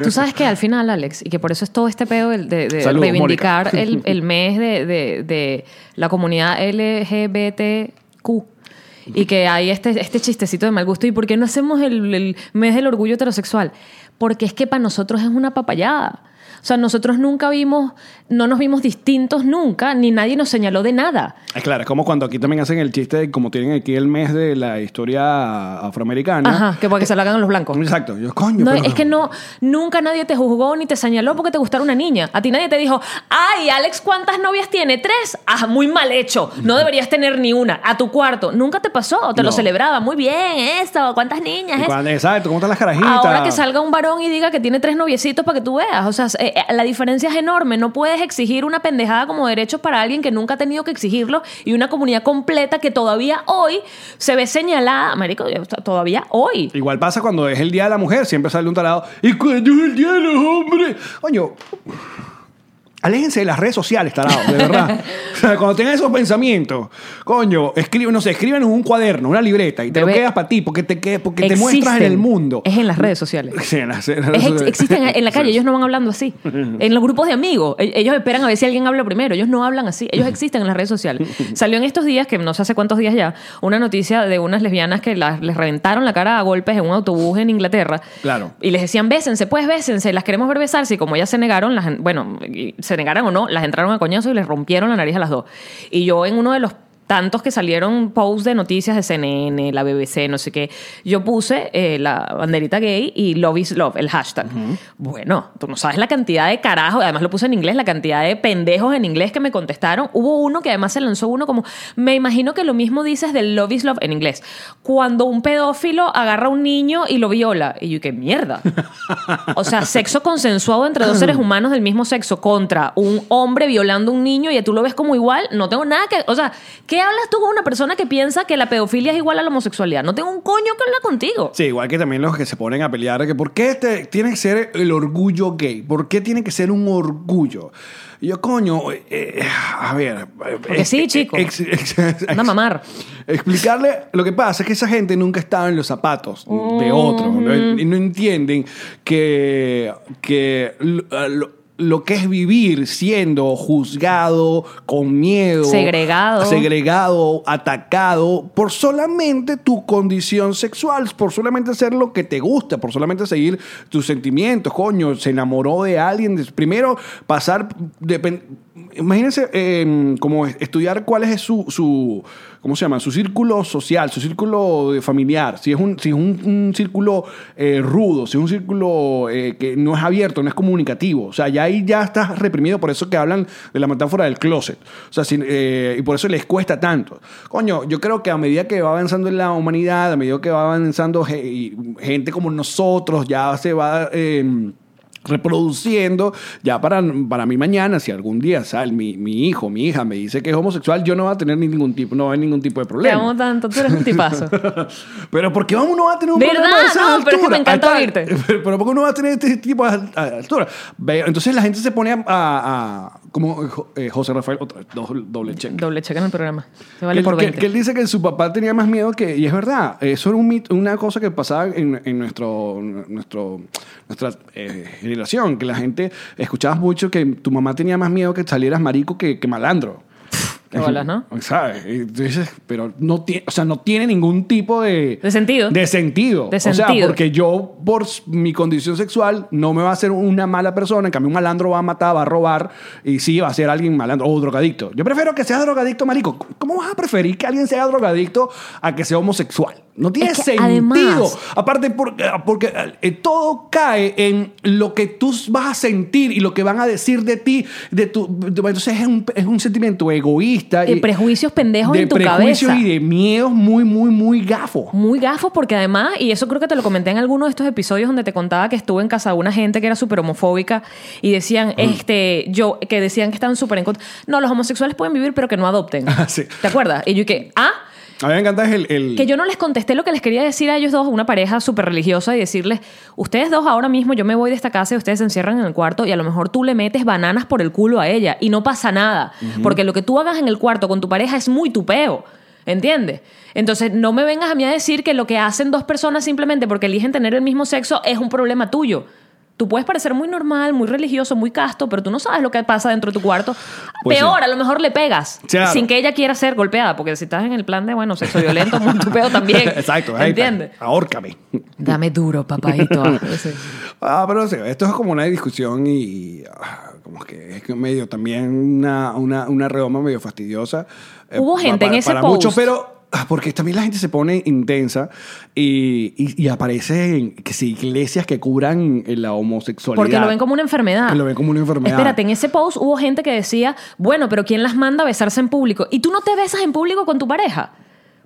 S1: Tú sabes que al final, Alex, y que por eso es todo este pedo del- de, de
S2: Saludos,
S1: reivindicar
S2: Mónica.
S1: el, el mes de, de- de la comunidad LGBTQ. Y que hay este, este chistecito de mal gusto. ¿Y por qué no hacemos el, el mes del orgullo heterosexual? Porque es que para nosotros es una papayada. O sea, nosotros nunca vimos, no nos vimos distintos nunca, ni nadie nos señaló de nada.
S2: Es Ah, claro, es como cuando aquí también hacen el chiste de como tienen aquí el mes de la historia afroamericana.
S1: Ajá, que para
S2: eh,
S1: que se la hagan los blancos.
S2: Exacto. Yo, coño,
S1: No,
S2: pero-
S1: es que no, nunca nadie te juzgó ni te señaló porque te gustara una niña. A ti nadie te dijo, ay, Alex, ¿cuántas novias tiene? ¿Tres? Ah, muy mal hecho. No deberías tener ni una. A tu cuarto. Nunca te pasó. Te lo
S2: No.
S1: celebraba. Muy bien, eso. ¿Cuántas niñas?
S2: Y
S1: Eso.
S2: cuando- exacto, ¿cómo están las carajitas?
S1: Ahora que salga un varón y diga que tiene tres noviecitos para que tú veas. O sea, eh, eh, la diferencia es enorme. No puedes exigir una pendejada como derechos para alguien que nunca ha tenido que exigirlo y una comunidad completa que todavía hoy se ve señalada. Marico, yo- todavía hoy.
S2: Igual pasa cuando es el día de la mujer, siempre sale un tarado. ¿Y cuándo es el día de los hombres? Coño. Aléjense de las redes sociales, tarado, de verdad. o sea, cuando tengan esos pensamientos, coño, escriben, no sé, escriben en un cuaderno, una libreta, y te
S1: Bebé.
S2: lo quedas para ti, porque te, que- porque te
S1: Existen.
S2: muestras en el mundo.
S1: Es en las redes sociales.
S2: Sí, en las- en
S1: Es
S2: las redes
S1: ex-
S2: sociales.
S1: existen en la calle,
S2: Sí.
S1: ellos no van hablando así. En los grupos de amigos, e- ellos esperan a ver si alguien habla primero. Ellos no hablan así. Ellos existen en las redes sociales. Salió en estos días, que no sé hace cuántos días ya, una noticia de unas lesbianas que las- les reventaron la cara a golpes en un autobús en Inglaterra.
S2: Claro.
S1: Y les decían, bésense, pues bésense, las queremos ver besarse. Y como ellas se negaron, las, en- bueno, y- se negaron o no, las entraron a coñazo y les rompieron la nariz a las dos. Y yo en uno de los tantos que salieron posts de noticias de CNN, la BBC, no sé qué, yo puse eh, la banderita gay y love is love, el hashtag. Bueno, tú no sabes la cantidad de carajo, además lo puse en inglés, la cantidad de pendejos en inglés que me contestaron. Hubo uno que además se lanzó uno como, me imagino que lo mismo dices del love is love en inglés. Cuando un pedófilo agarra a un niño y lo viola. Y yo, qué mierda. O sea, sexo consensuado entre dos seres humanos del mismo sexo contra un hombre violando a un niño y tú lo ves como igual, no tengo nada que... O sea, ¿qué hablas tú con una persona que piensa que la pedofilia es igual a la homosexualidad? No tengo un coño que hablar contigo.
S2: Sí, igual que también los que se ponen a pelear, que ¿por qué te- tiene que ser el orgullo gay? ¿Por qué tiene que ser un orgullo? Y yo, coño, eh, eh, a ver. Porque
S1: sí, chico. Anda a mamar.
S2: Explicarle, lo que pasa es que esa gente nunca estaba en los zapatos de otro. ¿no? Y no entienden que, que lo- ah, lo, lo que es vivir siendo juzgado, con miedo.
S1: Segregado.
S2: Segregado segregado, atacado por solamente tu condición sexual, por solamente hacer lo que te gusta, por solamente seguir tus sentimientos, coño, se enamoró de alguien. de- Primero, pasar, depen- imagínense eh, como estudiar cuál es su, su, ¿cómo se llama? Su círculo social, su círculo de familiar, si es un, si es un, un círculo eh, rudo, si es un círculo eh, que no es abierto, no es comunicativo, o sea, ya ahí ya estás reprimido, por eso que hablan de la metáfora del closet, o sea, si- eh, y por eso les cuesta tanto. Coño, yo creo que a medida que va avanzando en la humanidad, a medida que va avanzando ge- y gente como nosotros, ya se va... eh, reproduciendo ya para, para mí mañana si algún día sal mi, mi hijo mi hija me dice que es homosexual yo no va a tener ningún tipo no va a haber ningún tipo de
S1: Te
S2: problema
S1: amo tanto, tú eres un tipazo.
S2: pero ¿por qué uno va a tener un
S1: ¿Verdad?
S2: problema a esas
S1: No, pero es que me
S2: alturas?
S1: encanta
S2: Ahí
S1: oírte.
S2: está. Pero, pero ¿por qué uno va a tener este tipo de al- a- alturas? Ve- Entonces la gente se pone a... a- a- como eh, Jo- eh, José Rafael, otra, vez, do- doble check.
S1: Doble cheque en el programa. Te vale
S2: que,
S1: por
S2: que-
S1: 20.
S2: que él dice que su papá tenía más miedo que... Y es verdad, eso era un mito- una cosa que pasaba en, en nuestro, nuestro, nuestra eh, generación, que la gente escuchaba mucho que tu mamá tenía más miedo que salieras marico que, que malandro.
S1: Qué bolas, ¿no?
S2: ¿Sabes? Y tú dices, pero no tiene, o sea, no tiene ningún tipo de...
S1: De sentido.
S2: De sentido.
S1: De
S2: o sea,
S1: sentido.
S2: porque yo, por s- mi condición sexual, no me va a hacer una mala persona. En cambio, un malandro va a matar, va a robar y sí, va a ser alguien malandro o drogadicto. Yo prefiero que seas drogadicto, marico. ¿Cómo vas a preferir que alguien sea drogadicto a que sea homosexual? No tiene
S1: Es que
S2: sentido.
S1: además-
S2: Aparte, por- eh, porque, eh, todo cae en lo que tú vas a sentir y lo que van a decir de ti. De tu, de- entonces es un, es un sentimiento egoísta.
S1: De
S2: y-
S1: prejuicios pendejos
S2: de
S1: en tu
S2: prejuicios
S1: cabeza.
S2: y de miedos muy, muy, muy gafos.
S1: Muy gafos porque además, y eso creo que te lo comenté en alguno de estos episodios donde te contaba que estuve en casa de una gente que era súper homofóbica y decían,
S2: Mm.
S1: este, yo, que decían que estaban súper en contra. No, los homosexuales pueden vivir pero que no adopten.
S2: Ah, sí.
S1: ¿Te acuerdas? Y yo que, ah,
S2: A mí me encanta es el... el-
S1: que yo no les contesté lo que les quería decir a ellos dos, una pareja súper religiosa, y decirles, ustedes dos ahora mismo yo me voy de esta casa y ustedes se encierran en el cuarto y a lo mejor tú le metes bananas por el culo a ella y no pasa nada, porque lo que tú hagas en el cuarto con tu pareja es muy tupeo. ¿Entiendes? Entonces, no me vengas a mí a decir que lo que hacen dos personas simplemente porque eligen tener el mismo sexo es un problema tuyo. Tú puedes parecer muy normal, muy religioso, muy casto, pero tú no sabes lo que pasa dentro de tu cuarto.
S2: Pues sí.
S1: Peor, a lo mejor le pegas
S2: Claro.
S1: sin que ella quiera ser golpeada, porque si estás en el plan de, bueno, sexo violento, muy tupeo también.
S2: Exacto. ahí está.
S1: ¿Entiendes?
S2: Ahórcame.
S1: Dame duro, papadito.
S2: Ah, pero no sé, esto es como una discusión y ah, como que es que medio también una, una, una redoma medio fastidiosa. eh,
S1: Hubo
S2: pa-
S1: gente en
S2: para-
S1: ese
S2: para
S1: post.
S2: muchos, pero ah, porque también la gente se pone intensa y, y, y aparecen que si iglesias que curan eh, la homosexualidad.
S1: Porque lo ven como una enfermedad.
S2: Que lo ven como una enfermedad.
S1: Espérate, en ese post hubo gente que decía, bueno, pero ¿quién las manda a besarse en público? Y tú no te besas en público con tu pareja.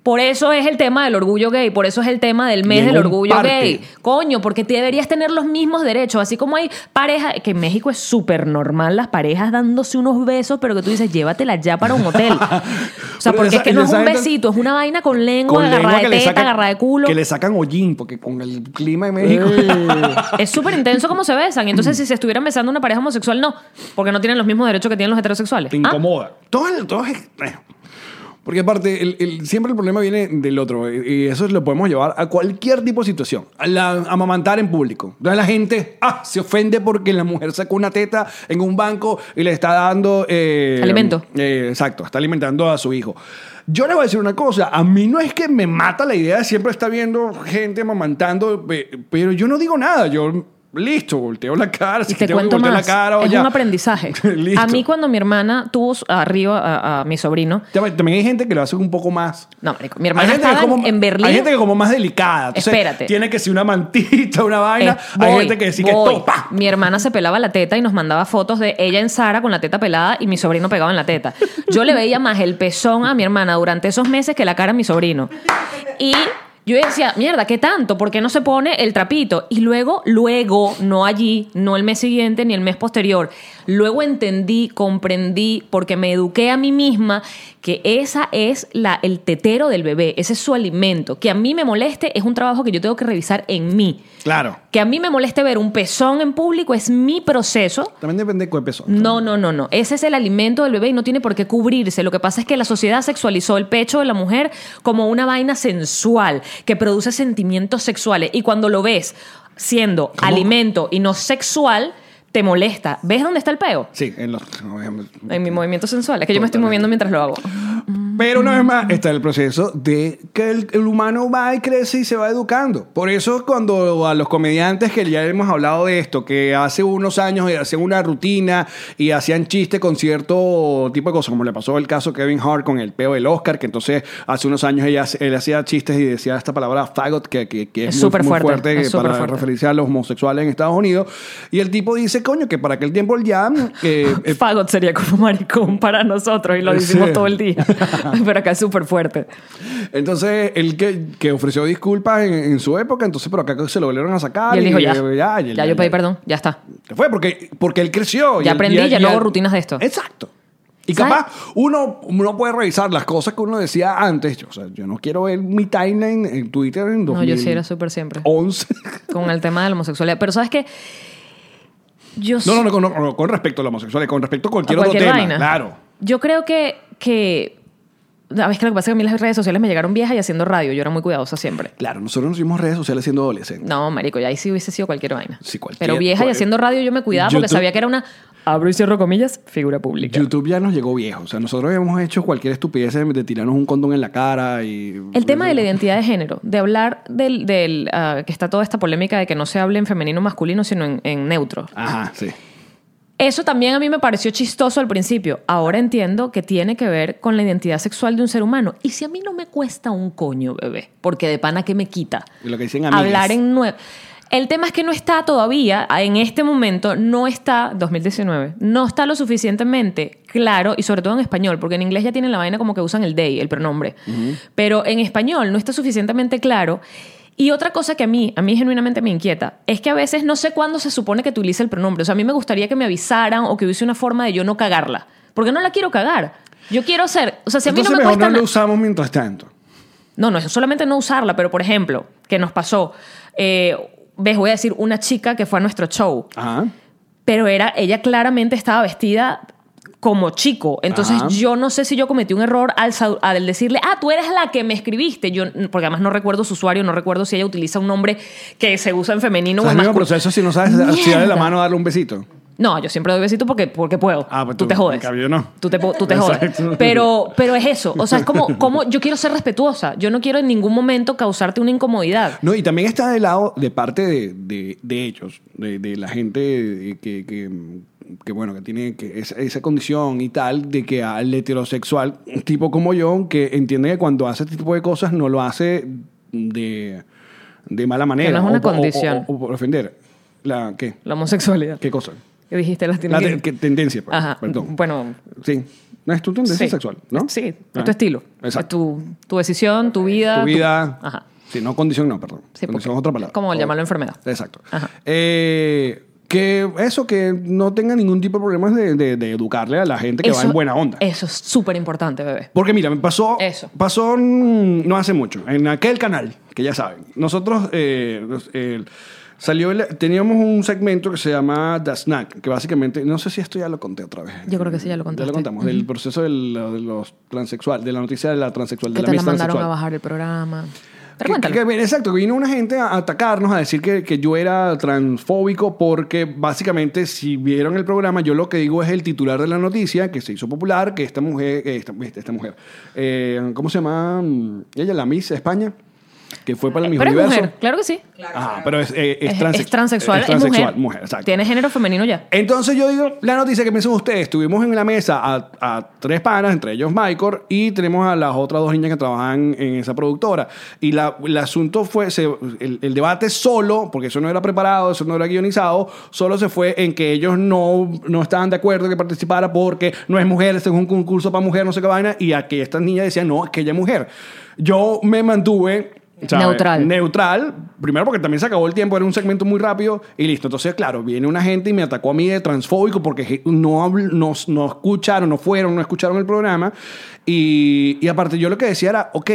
S1: Por eso es el tema del orgullo gay, por eso es el tema del mes
S2: en
S1: del
S2: un
S1: orgullo
S2: parque.
S1: gay. Coño, porque te deberías tener los mismos derechos. Así como hay parejas, que en México es súper normal las parejas dándose unos besos, pero que tú dices, llévatela ya para un hotel. O sea,
S2: Pero
S1: porque
S2: esa-
S1: es que no
S2: y
S1: es
S2: esa
S1: un
S2: gente-
S1: besito, es una vaina con lengua,
S2: Con
S1: agarra
S2: lengua
S1: de
S2: que le
S1: teta,
S2: sacan-
S1: agarra de culo.
S2: Que le sacan hollín, porque con el clima de México.
S1: es súper intenso cómo se besan. Entonces, si se estuvieran besando una pareja homosexual, no. Porque no tienen los mismos derechos que tienen los heterosexuales.
S2: Te
S1: Ah,
S2: incomoda. Todo, todo es- bueno. Porque aparte, el- el- siempre el problema viene del otro. Y y eso lo podemos llevar a cualquier tipo de situación. A la- amamantar en público. Entonces la gente ah, se ofende porque la mujer sacó una teta en un banco y le está dando... eh,
S1: Alimento.
S2: eh, exacto, está alimentando a su hijo. Yo le voy a decir una cosa, a mí no es que me mata la idea de siempre estar viendo gente mamantando, pero yo no digo nada, yo listo, volteo la cara, si
S1: y te
S2: tengo que
S1: cuento
S2: voltear
S1: más.
S2: la cara o
S1: es
S2: ya.
S1: un aprendizaje.
S2: Listo.
S1: a mí, cuando mi hermana tuvo su- arriba a, a mi sobrino,
S2: Tam- También hay gente que lo hace un poco más.
S1: no, marico, mi
S2: Hay
S1: hermana
S2: gente que
S1: estaba en-
S2: como-
S1: en Berlín.
S2: Hay gente que como más delicada. Entonces,
S1: Espérate.
S2: Tiene que ser una mantita, una vaina.
S1: Eh,
S2: hay
S1: voy,
S2: gente que sí que
S1: voy.
S2: topa.
S1: Mi hermana se pelaba la teta y nos mandaba fotos de ella en Sara con la teta pelada y mi sobrino pegado en la teta. Yo le veía más el pezón a mi hermana durante esos meses que la cara a mi sobrino. Y yo decía, mierda, ¿qué tanto? ¿Por qué no se pone el trapito? Y luego, luego, no allí, no el mes siguiente ni el mes posterior, luego entendí, comprendí, porque me eduqué a mí misma que esa es la, el tetero del bebé, ese es su alimento. Que a mí me moleste es un trabajo que yo tengo que revisar en mí.
S2: Claro.
S1: Que a mí me moleste ver un pezón en público es mi proceso.
S2: También depende de cuál peso.
S1: No, no, no, no. Ese es el alimento del bebé y no tiene por qué cubrirse. Lo que pasa es que la sociedad sexualizó el pecho de la mujer como una vaina sensual que produce sentimientos sexuales. Y cuando lo ves siendo alimento y no sexual, te molesta. ¿Ves dónde está el peo?
S2: Sí, en los.
S1: En mi movimiento sensual. Es que yo me estoy moviendo mientras lo hago.
S2: Pero una vez más está el proceso de que el, el humano va y crece y se va educando. Por eso cuando a los comediantes que ya hemos hablado de esto, que hace unos años hacían una rutina y hacían chiste con cierto tipo de cosas, como le pasó el caso a Kevin Hart con el peo del Oscar, que entonces hace unos años ella, él hacía chistes y decía esta palabra faggot, que, que- que
S1: Es
S2: es, muy-
S1: súper
S2: muy,
S1: fuerte,
S2: fuerte,
S1: es súper
S2: para
S1: fuerte.
S2: referirse a los homosexuales en Estados Unidos. Y el tipo dice, coño, que para aquel tiempo el jam... eh, eh,
S1: Fagot sería como maricón para nosotros y lo
S2: Sí.
S1: decimos todo el día. Pero acá es súper fuerte.
S2: Entonces, él que, que ofreció disculpas en, en su época, entonces, pero acá se lo volvieron a sacar.
S1: Y él dijo, ya,
S2: eh,
S1: ya,
S2: y él-
S1: yo pedí perdón, ya está.
S2: Que fue porque, porque él creció. y
S1: Ya
S2: él-
S1: aprendí,
S2: y él-
S1: ya
S2: y
S1: no
S2: él-
S1: hago rutinas de esto.
S2: Exacto. Y
S1: ¿Sabes?
S2: capaz uno, uno puede revisar las cosas que uno decía antes. Yo, o sea, yo no quiero ver mi timeline en Twitter en 2011.
S1: No, yo sí era súper siempre.
S2: Oh.
S1: con el tema de la homosexualidad. Pero sabes que yo
S2: No, no, no, no, no, con respecto a los homosexuales, con respecto a cualquier,
S1: a cualquier
S2: otro tema.
S1: vaina.
S2: Claro.
S1: Yo creo que, que a veces que lo que pasa es que a mí las redes sociales me llegaron viejas y haciendo radio. Yo era muy cuidadosa siempre.
S2: Claro, nosotros nos hicimos redes sociales siendo adolescentes.
S1: No, marico, ya ahí sí hubiese sido cualquier vaina.
S2: Sí, cualquier-
S1: Pero vieja y
S2: cual-
S1: haciendo radio yo me cuidaba porque
S2: YouTube-
S1: sabía que era una abro y cierro comillas figura pública.
S2: YouTube ya nos llegó viejo. O sea, nosotros hemos hecho cualquier estupidez de tirarnos un condón en la cara y...
S1: El tema de la identidad de género, de hablar del, del, ah, que está toda esta polémica de que no se hable en femenino masculino, sino en, en neutro.
S2: Ajá, sí.
S1: Eso también a mí me pareció chistoso al principio. Ahora entiendo que tiene que ver con la identidad sexual de un ser humano. Y si a mí no me cuesta un coño, bebé, porque de pana que me quita.
S2: Y lo que dicen amigues.
S1: hablar en nuevo. El tema es que no está todavía, en este momento, no está, 2019, no está lo suficientemente claro, y sobre todo en español, porque en inglés ya tienen la vaina como que usan el they, el pronombre, pero en español no está suficientemente claro. Y otra cosa que a mí, a mí genuinamente me inquieta, es que a veces no sé cuándo se supone que utilice el pronombre. O sea, a mí me gustaría que me avisaran o que hubiese una forma de yo no cagarla, porque no la quiero cagar. Yo quiero ser, o sea, si a mí
S2: Entonces
S1: no me
S2: mejor
S1: cuesta
S2: no
S1: na-
S2: lo usamos mientras tanto.
S1: no, no es solamente no usarla, pero por ejemplo, que nos pasó, eh, ves, voy a decir una chica que fue a nuestro show,
S2: Ajá.
S1: pero era, ella claramente estaba vestida como chico, entonces
S2: Ajá.
S1: yo no sé si yo cometí un error al, sa- al decirle, ah, tú eres la que me escribiste, yo, porque además no recuerdo su usuario, no recuerdo si ella utiliza un nombre que se usa en femenino
S2: O
S1: o,
S2: sea,
S1: en
S2: el mismo
S1: masculino.
S2: proceso si no sabes si darle la
S1: Mierda.
S2: mano darle un besito.
S1: No, yo siempre doy besito porque, porque puedo.
S2: Ah, pues
S1: tú,
S2: tú,
S1: te jodes.
S2: en cambio yo no.
S1: Tú te, po- tú te jodes.
S2: Exacto.
S1: Pero, pero es eso. O sea, es como, como yo quiero ser respetuosa. Yo no quiero en ningún momento causarte una incomodidad.
S2: No, y también está de lado de parte de, de- de ellos, de, de la gente eh, que, que- que, bueno, que tiene que esa, esa condición y tal, de que al heterosexual, tipo como yo, que entiende que cuando hace este tipo de cosas no lo hace de, de mala manera.
S1: no es una
S2: o por- o-
S1: condición.
S2: O, o por ofender. La, ¿Qué?
S1: La homosexualidad.
S2: ¿Qué cosa?
S1: Que dijiste la
S2: La te-
S1: tiene
S2: que- tendencia, pues,
S1: Ajá.
S2: perdón.
S1: Bueno.
S2: Sí. No, es tu tendencia
S1: sí.
S2: sexual, ¿no?
S1: Sí,
S2: Ah.
S1: es tu estilo.
S2: Exacto.
S1: Es tu, tu decisión, tu vida.
S2: tu vida.
S1: Ajá.
S2: Sí, no condición, no, perdón.
S1: Sí,
S2: condición
S1: porque-
S2: es otra palabra.
S1: como
S2: O-
S1: llamarlo enfermedad.
S2: Exacto.
S1: Ajá.
S2: Eh, que eso, que no tenga ningún tipo de problemas de, de- de educarle a la gente que va
S1: Eso-
S2: en buena onda.
S1: Eso es súper importante, bebé.
S2: Porque mira, me pasó,
S1: Eso.
S2: pasó mm, no hace mucho, en aquel canal, que ya saben, nosotros eh, nos- el- salió, el- teníamos un segmento que se llama The Snack, que básicamente, no sé si esto ya lo conté otra vez.
S1: Yo creo que sí, ya lo
S2: Ya
S1: contaste.
S2: lo contamos, del proceso de, la- de los transexual, de la noticia de la transexual, de
S1: Que
S2: la
S1: te la
S2: Miss
S1: mandaron
S2: transexual.
S1: a bajar el programa. Pero
S2: Que-
S1: cuéntalo.
S2: que- que- exacto, que vino una gente a atacarnos, a decir que, que yo era transfóbico porque básicamente si vieron el programa, yo lo que digo es el titular de la noticia que se hizo popular, que esta mujer, eh, esta, esta- esta mujer, eh, ¿cómo se llama? Mm, Ella, la Miss España, que fue para el Miss
S1: Eh, pero es
S2: Universo.
S1: mujer, claro que sí.
S2: Ajá, pero es, eh, es
S1: es,
S2: transex-
S1: es transexual,
S2: es
S1: es
S2: transexual,
S1: mujer.
S2: exacto.
S1: Tiene género femenino ya.
S2: Entonces yo digo, la noticia que piensan ustedes, estuvimos en la mesa a, a tres panas, entre ellos Michael, y tenemos a las otras dos niñas que trabajan en esa productora. Y la, el asunto fue, se- el, el debate solo, porque eso no era preparado, eso no era guionizado, solo se fue en que ellos no, no estaban de acuerdo que participara porque no es mujer, este es un concurso para mujer, no sé qué vaina, y aquí estas niñas decían, no, es que ella es mujer. Yo me mantuve... ¿sabes?
S1: Neutral.
S2: neutral, primero porque también se acabó el tiempo, era un segmento muy rápido y listo. Entonces, claro, viene una gente y me atacó a mí de transfóbico porque je- no, habl- no, no escucharon, no fueron, no escucharon el programa. Y, y aparte, yo lo que decía era, ok.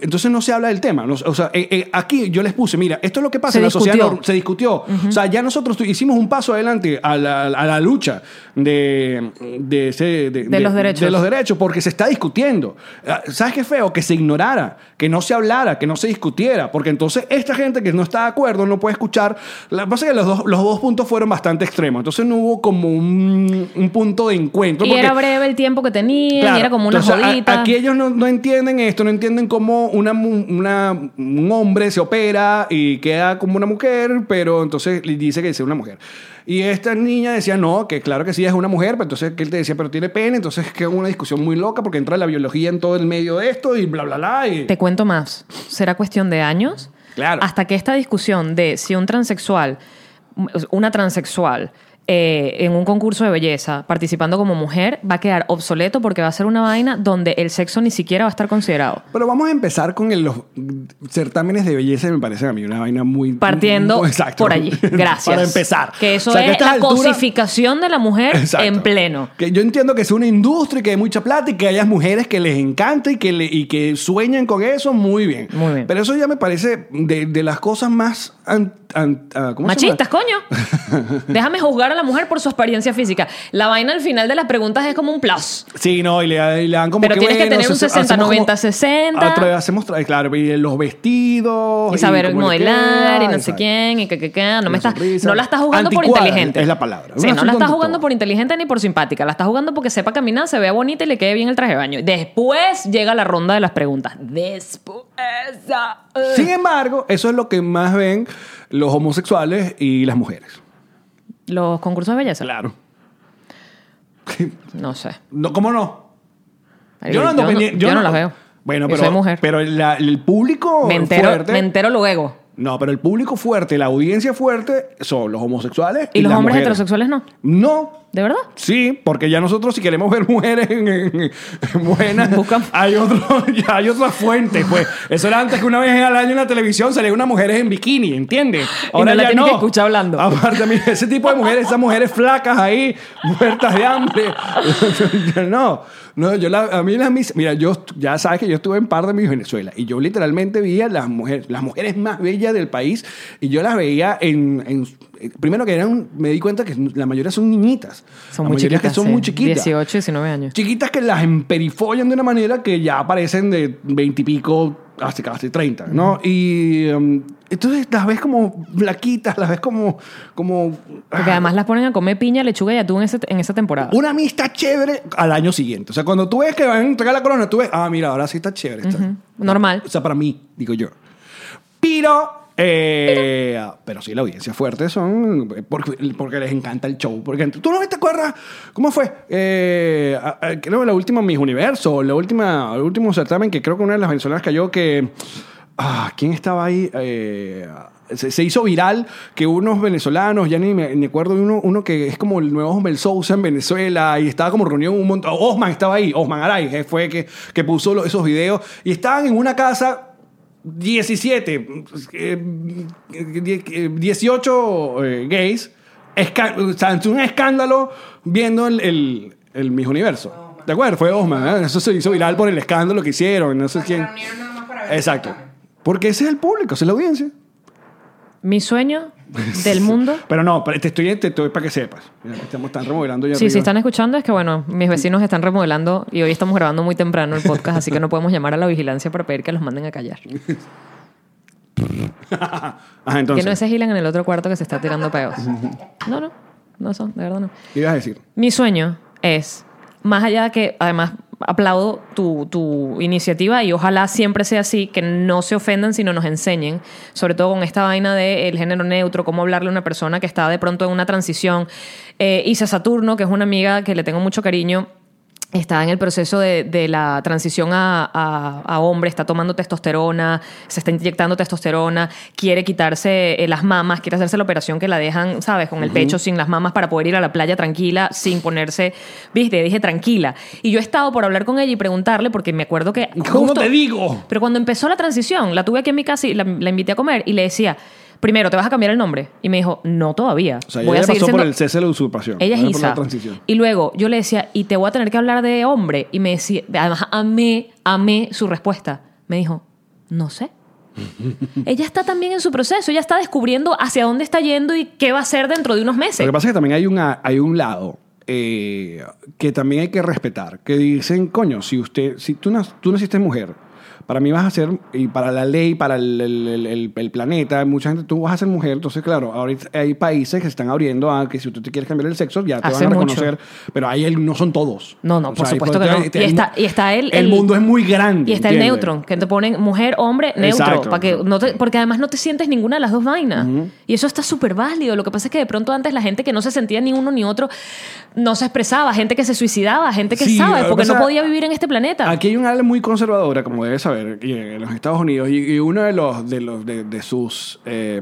S2: Entonces no se habla del tema. No- O sea, eh, eh, aquí yo les puse, mira, esto es lo que pasa
S1: Se
S2: en la sociedad.
S1: discutió.
S2: norm- Se discutió. O sea, ya nosotros tu- hicimos un paso adelante a la, a la lucha de, de, ese-
S1: De los derechos.
S2: de los derechos porque se está discutiendo. Ah, ¿Sabes qué feo? Que se ignorara, que no se hablara, que no se discutiera, porque entonces esta gente que no está de acuerdo no puede escuchar. La pasa que los dos, los dos puntos fueron bastante extremos, entonces no hubo como un, un punto de encuentro.
S1: Y
S2: porque-
S1: era breve el tiempo que tenía,
S2: Claro,
S1: y era como una
S2: entonces, a-
S1: jodita.
S2: Aquí ellos no, no entienden esto, no entienden cómo una, mu- una- un hombre se opera y queda como una mujer, pero entonces le dice que es una mujer. Y esta niña decía, no, que claro que sí es una mujer, pero entonces que él te decía, pero tiene pene, entonces que es una discusión muy loca porque entra la biología en todo el medio de esto y bla, bla, bla. Y...
S1: Te cuento más. Será cuestión de años.
S2: Claro.
S1: Hasta que esta discusión de si un transexual, una transexual, eh, en un concurso de belleza, participando como mujer, va a quedar obsoleto porque va a ser una vaina donde el sexo ni siquiera va a estar considerado.
S2: Pero vamos a empezar con el- los certámenes de belleza, me parece a mí una vaina muy...
S1: Partiendo
S2: muy- Mm, exacto.
S1: por allí. Gracias.
S2: Para empezar.
S1: Que eso
S2: O sea, a
S1: es
S2: estas
S1: la
S2: alturas-
S1: cosificación de la mujer
S2: Exacto.
S1: en pleno.
S2: Que yo entiendo que es una industria y que hay mucha plata y que hayas mujeres que les encanta y que, le- y que sueñan con eso, muy bien.
S1: Muy bien.
S2: Pero eso ya me parece de, de las cosas más... an- an- ah, ¿cómo se llama?
S1: Machistas, coño. Déjame juzgar a la mujer por su apariencia física. La vaina al final de las preguntas es como un plus.
S2: Sí, no, y le, y le dan como
S1: Pero
S2: que,
S1: tienes que
S2: bueno,
S1: tener un
S2: se-
S1: 60,
S2: hacemos como-
S1: 90, 60.
S2: Atra- hacemos, tra- claro, y los vestidos.
S1: Y saber
S2: cómo Oh, le
S1: modelar, y no
S2: queda,
S1: sé
S2: exacto.
S1: quién, y que, que, que. No,
S2: Una
S1: me estás-
S2: sonrisa.
S1: no la estás jugando por
S2: Anticuada
S1: inteligente.
S2: es la palabra.
S1: Sí,
S2: Un
S1: no la estás
S2: asunto
S1: jugando
S2: todo.
S1: por inteligente ni por simpática. La estás jugando porque sepa caminar, se vea bonita y le quede bien el traje de baño. Después llega la ronda de las preguntas. Después. ah, ah.
S2: Sin embargo, eso es lo que más ven los homosexuales y las mujeres.
S1: Los concursos de belleza.
S2: Claro.
S1: No sé.
S2: No, ¿Cómo no?
S1: Marico,
S2: Yo no ando pendiente-
S1: yo no las veo.
S2: Bueno,
S1: Y
S2: pero,
S1: soy mujer.
S2: pero la- el público
S1: me, entero,
S2: fuerte.
S1: me entero luego.
S2: no, pero el público fuerte, la audiencia fuerte son los homosexuales.
S1: ¿Y, los
S2: las
S1: hombres
S2: mujeres.
S1: heterosexuales no?
S2: No.
S1: ¿De verdad?
S2: Sí, porque ya nosotros si queremos ver mujeres en- en- en buenas,
S1: Buscamos.
S2: hay, otro, ya hay otra fuente. Pues. Eso era antes que una vez al año en la televisión salían unas mujeres en bikini, ¿entiendes?
S1: Y no la tienen que escuchar hablando.
S2: Aparte, mira, ese tipo de mujeres, esas mujeres flacas ahí, muertas de hambre. no, no, yo la- a mí las mis... Mira, yo estu- ya sabes que yo estuve en par de mis Venezuela y yo literalmente veía las mujeres, las mujeres más bellas del país y yo las veía en... en- eh, primero que eran, me di cuenta que la mayoría son niñitas.
S1: Son
S2: La
S1: muy
S2: mayoría
S1: chiquitas.
S2: que son
S1: sí.
S2: muy chiquitas.
S1: 18, 19 años.
S2: Chiquitas que las emperifollan de una manera que ya aparecen de 20 y pico hasta casi 30, ¿no? Y um, entonces las ves como blaquitas, las ves como... como
S1: Porque además las ponen a comer piña, lechuga y atún en, ese- en esa temporada.
S2: una amistad chévere al año siguiente. O sea, cuando tú ves que van a entregar la corona, tú ves, ah, mira, ahora sí está chévere. está".
S1: Ujú. Normal.
S2: O sea, para mí, digo yo. Pero... eh, pero sí, la audiencia fuerte son porque, porque les encanta el show. Porque tú no te acuerdas cómo fue Eh, a- a- creo la última Miss Universo, la última, el último certamen que creo que una de las venezolanas cayó que ah, quién estaba ahí Eh, se, se hizo viral que unos venezolanos, ya ni me ni acuerdo de uno, uno que es como el nuevo Osmel Sousa en Venezuela y estaba como reunido en un montón. Osman estaba ahí, Osman Aray, que fue que, que puso lo- esos videos y estaban en una casa 17, eh, die- eh, 18 eh, gays, esca- o sea, es un escándalo viendo el, el, el Miss Universo. ¿De acuerdo? Fue Osman. ¿eh? Eso se hizo viral por el escándalo que hicieron. No sé quién. Exacto. Porque ese es el público, esa es la audiencia.
S1: Mi sueño del mundo.
S2: Pero no, pero te estoy, te estoy para que sepas. Mira, Estamos tan remodelando ya.
S1: Sí, si
S2: arriba.
S1: están escuchando es que, bueno, mis vecinos están remodelando y hoy estamos grabando muy temprano el podcast, así que no podemos llamar a la vigilancia para pedir que los manden a callar.
S2: Ajá,
S1: Que no
S2: entonces.
S1: se gilan en el otro cuarto que se está tirando peos. No, no, no son, de verdad no.
S2: ¿Qué ibas a decir?
S1: Mi sueño es, más allá de que además aplaudo tu, tu iniciativa y ojalá siempre sea así, que no se ofendan sino nos enseñen, sobre todo con esta vaina del género neutro, cómo hablarle a una persona que está de pronto en una transición. Eh, Isa Saturno, que es una amiga que le tengo mucho cariño, está en el proceso de, de la transición a, a- a hombre, está tomando testosterona, se está inyectando testosterona, quiere quitarse eh, las mamas, quiere hacerse la operación que la dejan, ¿sabes? Con el pecho sin las mamas para poder ir a la playa tranquila, sin ponerse, viste, dije tranquila. Y yo he estado por hablar con ella y preguntarle, porque me acuerdo que...
S2: ¿Cómo
S1: justo-
S2: te digo?
S1: pero cuando empezó la transición, la tuve aquí en mi casa y la, la invité a comer y le decía, primero, ¿te vas a cambiar el nombre? Y me dijo, no todavía.
S2: O sea,
S1: Voy
S2: ella
S1: a seguir
S2: pasó por
S1: siendo-
S2: el cese de la usurpación.
S1: ella es
S2: ¿no? Por la
S1: Isa.
S2: transición.
S1: Y luego yo le decía, y te voy a tener que hablar de hombre. Y me decía, además amé, amé su respuesta. Me dijo, no sé. ella está también en su proceso, ella está descubriendo hacia dónde está yendo y qué va a hacer dentro de unos meses.
S2: Lo que pasa es que también hay, una, hay un lado eh, que también hay que respetar, que dicen, coño, si usted, si tú, nas- tú naciste mujer, para mí vas a ser, y para la ley, para el, el- el- el- el planeta, mucha gente, tú vas a ser mujer, entonces claro, ahorita hay países que se están abriendo a que si tú te quieres cambiar el sexo, ya te
S1: Hace
S2: van a
S1: mucho.
S2: reconocer, pero ahí el- no son todos.
S1: No, no, por
S2: ahí
S1: supuesto
S2: puede-
S1: que no.
S2: este,
S1: Y
S2: el
S1: está-
S2: mu-
S1: y está el-
S2: El
S1: el-
S2: mundo es muy grande.
S1: Y está el
S2: ¿entiendes?
S1: neutron, que te ponen mujer, hombre, neutro,
S2: Exacto.
S1: para que no te- porque además no te sientes ninguna de las dos vainas. Y eso está súper válido. Lo que pasa es que de pronto antes la gente que no se sentía ni uno ni otro no se expresaba, gente que se suicidaba, gente que
S2: Sí,
S1: sabe,
S2: lo que
S1: porque no
S2: pasa-
S1: podía vivir en este planeta.
S2: Aquí hay un área muy conservadora, como debes saber, y eh, en los Estados Unidos, y, y uno de los de los de, de sus eh,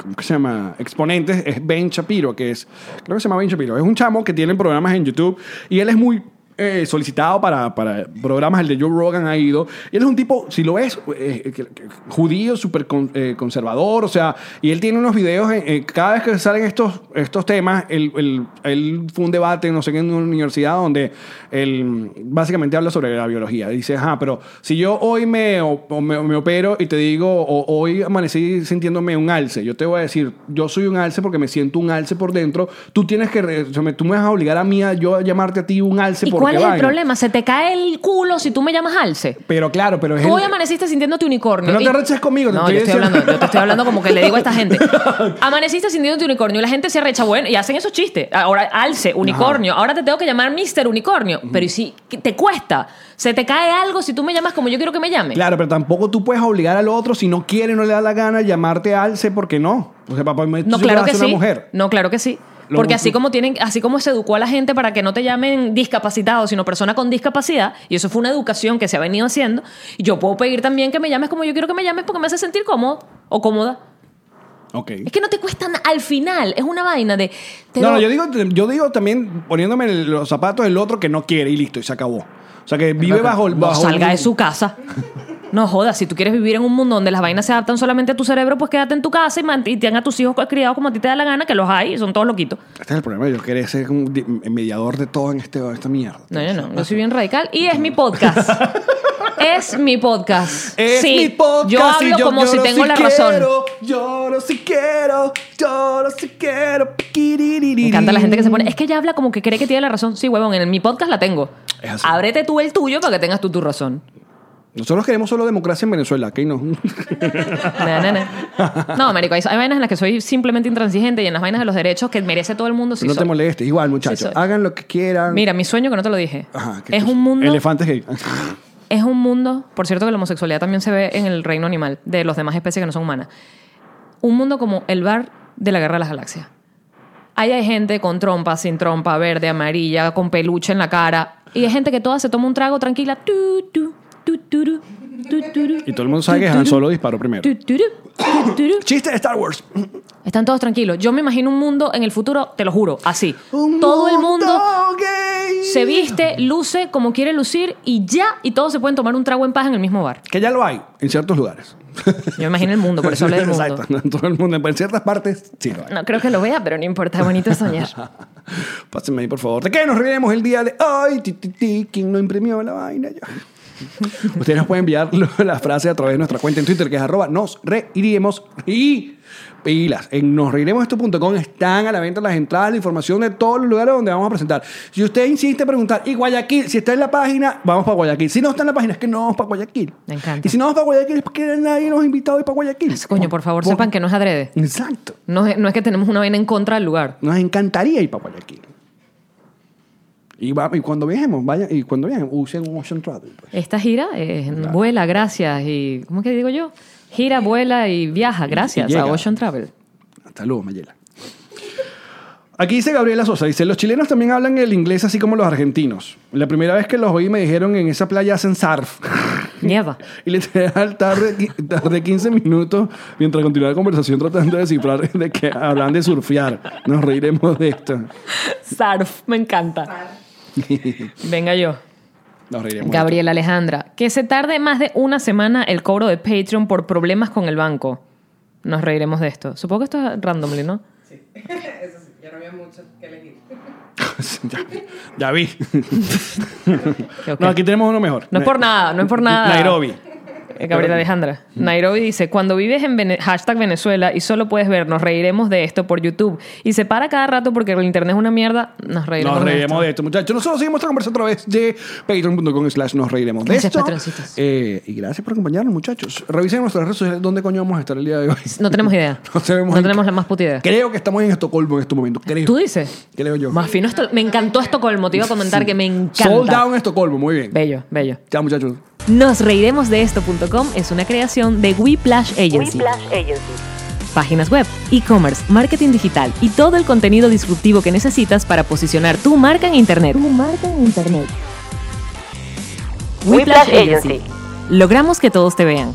S2: ¿cómo que se llama? exponentes es Ben Shapiro, que es, creo que se llama Ben Shapiro, es un chamo que tiene programas en YouTube y él es muy eh, solicitado para, para programas, el de Joe Rogan ha ido. Y él es un tipo, si lo ves, eh, eh, que- que- judío, súper con- eh, conservador, o sea, y él tiene unos videos, en- en- cada vez que salen estos, estos temas, él, él- él fue un debate, no sé, qué, en una universidad donde él básicamente habla sobre la biología. Dice, ajá, pero si yo hoy me, o- o me, me opero y te digo, o- hoy amanecí sintiéndome un alce, yo te voy a decir, yo soy un alce porque me siento un alce por dentro, tú tienes que, re- o sea, me- tú me vas a obligar a mí a yo a llamarte a ti un alce
S1: ¿Y
S2: porque
S1: cuál es el
S2: vaina.
S1: problema? Se te cae el culo si tú me llamas alce.
S2: Pero claro, pero es
S1: Tú
S2: el-
S1: hoy amaneciste sintiéndote unicornio.
S2: Pero no
S1: y-
S2: te arreches conmigo, te
S1: no,
S2: estoy
S1: yo estoy
S2: diciendo.
S1: hablando, yo te estoy hablando como que le digo a esta gente. Amaneciste sintiéndote unicornio y la gente se arrecha, bueno, y hacen esos chistes. Ahora alce, unicornio. Ahora te tengo que llamar Mister Unicornio. Pero ¿y si que te cuesta? ¿Se te cae algo si tú me llamas como yo quiero que me llame?
S2: Claro, pero tampoco tú puedes obligar al otro si no quiere, no le da la gana llamarte alce porque no. O sea, papá, me
S1: No,
S2: tú siempre
S1: claro
S2: vas a
S1: que
S2: ser
S1: sí.
S2: una mujer.
S1: No, claro que sí.
S2: Los-
S1: Porque así como tienen, así como se educó a la gente para que no te llamen discapacitado, sino persona con discapacidad, y eso fue una educación que se ha venido haciendo, y yo puedo pedir también que me llames como yo quiero que me llames porque me hace sentir cómodo o cómoda.
S2: Ok.
S1: Es que no te cuesta nada. Al final, es una vaina de. te
S2: No, no,
S1: doy-
S2: yo digo, yo digo también poniéndome en los zapatos del otro que no quiere y listo, y se acabó. O sea, que vive bajo el.
S1: No
S2: Bajo
S1: salga
S2: un-
S1: de su casa. No jodas, si tú quieres vivir en un mundo donde las vainas se adaptan solamente a tu cerebro, pues quédate en tu casa y, mant- y ten a tus hijos criados como a ti te da la gana, que los hay, y son todos loquitos.
S2: Este es el problema. Yo quería ser un di- mediador de todo en este, esta mierda.
S1: No, yo no, yo soy bien radical y es mi podcast. Es mi podcast.
S2: Es
S1: Sí,
S2: mi podcast.
S1: Yo
S2: y
S1: hablo como si
S2: lloro
S1: tengo la razón.
S2: quiero, Lloro si quiero, lloro si quiero.
S1: Me encanta la gente que se pone. Es que ella habla como que cree que tiene la razón. Sí, huevón, en el- mi podcast la tengo.
S2: Es así.
S1: Ábrete tú el tuyo para que tengas tú tu razón.
S2: Nosotros queremos solo democracia en Venezuela, que no.
S1: Na, na, na. No, marico, hay, hay vainas en las que soy simplemente intransigente y en las vainas de los derechos que merece todo el mundo. Sí
S2: no te
S1: soy.
S2: molestes. Igual,
S1: Sí,
S2: muchachos.
S1: soy.
S2: hagan lo que quieran.
S1: Mira, mi sueño que no te lo dije.
S2: Ajá, que
S1: es
S2: tú-
S1: un mundo.
S2: Elefantes gay.
S1: Es un mundo. Por cierto, que la homosexualidad también se ve en el reino animal de los demás especies que no son humanas. Un mundo como el bar de la guerra de las galaxias. Ahí hay gente con trompa, sin trompa, verde, amarilla, con peluche en la cara. Y hay gente que toda se toma un trago tranquila. Tu, tu, tu, turu, tu, turu,
S2: Y todo el mundo sabe que Han
S1: turu,
S2: Solo disparó primero.
S1: tu, turu, tu, turu.
S2: Chiste de Star Wars.
S1: Están todos tranquilos. Yo me imagino un mundo en el futuro, te lo juro, así.
S2: Un
S1: Todo el mundo
S2: gay.
S1: se viste, luce como quiere lucir y ya, y todos se pueden tomar un trago en paz en el mismo bar.
S2: Que ya lo hay en ciertos lugares.
S1: Yo me imagino el mundo, por eso hablé del mundo.
S2: Exacto. En todo el mundo. En ciertas partes sí lo hay.
S1: No creo que lo vea, pero no importa, bonito es soñar.
S2: Pásenme ahí, por favor. ¿De qué nos reiremos el día de hoy? Ti, ti, ti. ¿Quién no imprimió la vaina? Yo. Ustedes nos pueden enviar lo- la frase a través de nuestra cuenta en Twitter, que es arroba nos reiremos y pilas. En nosreiremos.com están a la venta las entradas, la información de todos los lugares donde vamos a presentar. Si usted insiste en preguntar, ¿y Guayaquil? Si está en la página, vamos para Guayaquil. Si no está en la página, es que no vamos para Guayaquil.
S1: Me encanta.
S2: Y si no vamos para Guayaquil, es porque nadie nos ha invitado a ir para Guayaquil.
S1: Pues, Coño, por favor, sepan que no es adrede.
S2: Exacto.
S1: No, es- no es que tenemos una vaina en contra del lugar.
S2: Nos encantaría ir para Guayaquil. Y, va- y cuando viajemos, vaya, y cuando viajemos, usen un Ocean Travel. pues.
S1: Esta gira es en vuela, gracias. Y, ¿Cómo es que digo yo? Gira, vuela y viaja, gracias a
S2: llega.
S1: Ocean Travel.
S2: Hasta luego, Mayela. Aquí dice Gabriela Sosa, dice, los chilenos también hablan el inglés así como los argentinos. La primera vez que los oí me dijeron en esa playa hacen surf.
S1: Nieva.
S2: Y literal tarde, tarde 15 minutos mientras continuaba la conversación tratando de descifrar de que hablan de surfear. Nos reiremos de esto.
S1: Sarf, me encanta. Venga yo.
S2: Nos reiremos. de esto.
S1: Gabriela Alejandra, que se tarde más de una semana el cobro de Patreon por problemas con el banco. Nos reiremos de esto. Supongo que esto es randomly, ¿no?
S2: ya, ya vi.
S1: Que, ok.
S2: No, aquí tenemos uno mejor.
S1: No es por nada, no es por nada.
S2: Nairobi.
S1: Eh, Gabriela Alejandra. Nairobi dice, cuando vives en Vene- hashtag Venezuela y solo puedes ver, nos reiremos de esto por YouTube. Y se para cada rato porque el internet es una mierda, nos reiremos.
S2: Nos
S1: de
S2: reiremos
S1: esto.
S2: de esto, muchachos. Nosotros seguimos esta conversación a través de patreon.com slash nos reiremos de
S1: Gracias,
S2: esto.
S1: patroncitos.
S2: Eh, y gracias por acompañarnos, muchachos. Revisen nuestras redes sociales dónde coño vamos a estar el día de hoy.
S1: No tenemos idea.
S2: No sabemos en
S1: tenemos
S2: qué-
S1: la más puta idea.
S2: Creo que estamos en Estocolmo en este momento. Creo.
S1: ¿Tú dices?
S2: Creo yo.
S1: Más fino esto. Me encantó Estocolmo. Te iba a comentar que me encanta.
S2: Sold down Estocolmo, muy bien.
S1: Bello, bello.
S2: Chao, muchachos.
S1: Nos reiremos de esto.com es una creación de Whiplash Agency. Páginas web, e-commerce, marketing digital y todo el contenido disruptivo que necesitas para posicionar tu marca en Internet. Tu marca en Internet. Whiplash Agency. Logramos que todos te vean.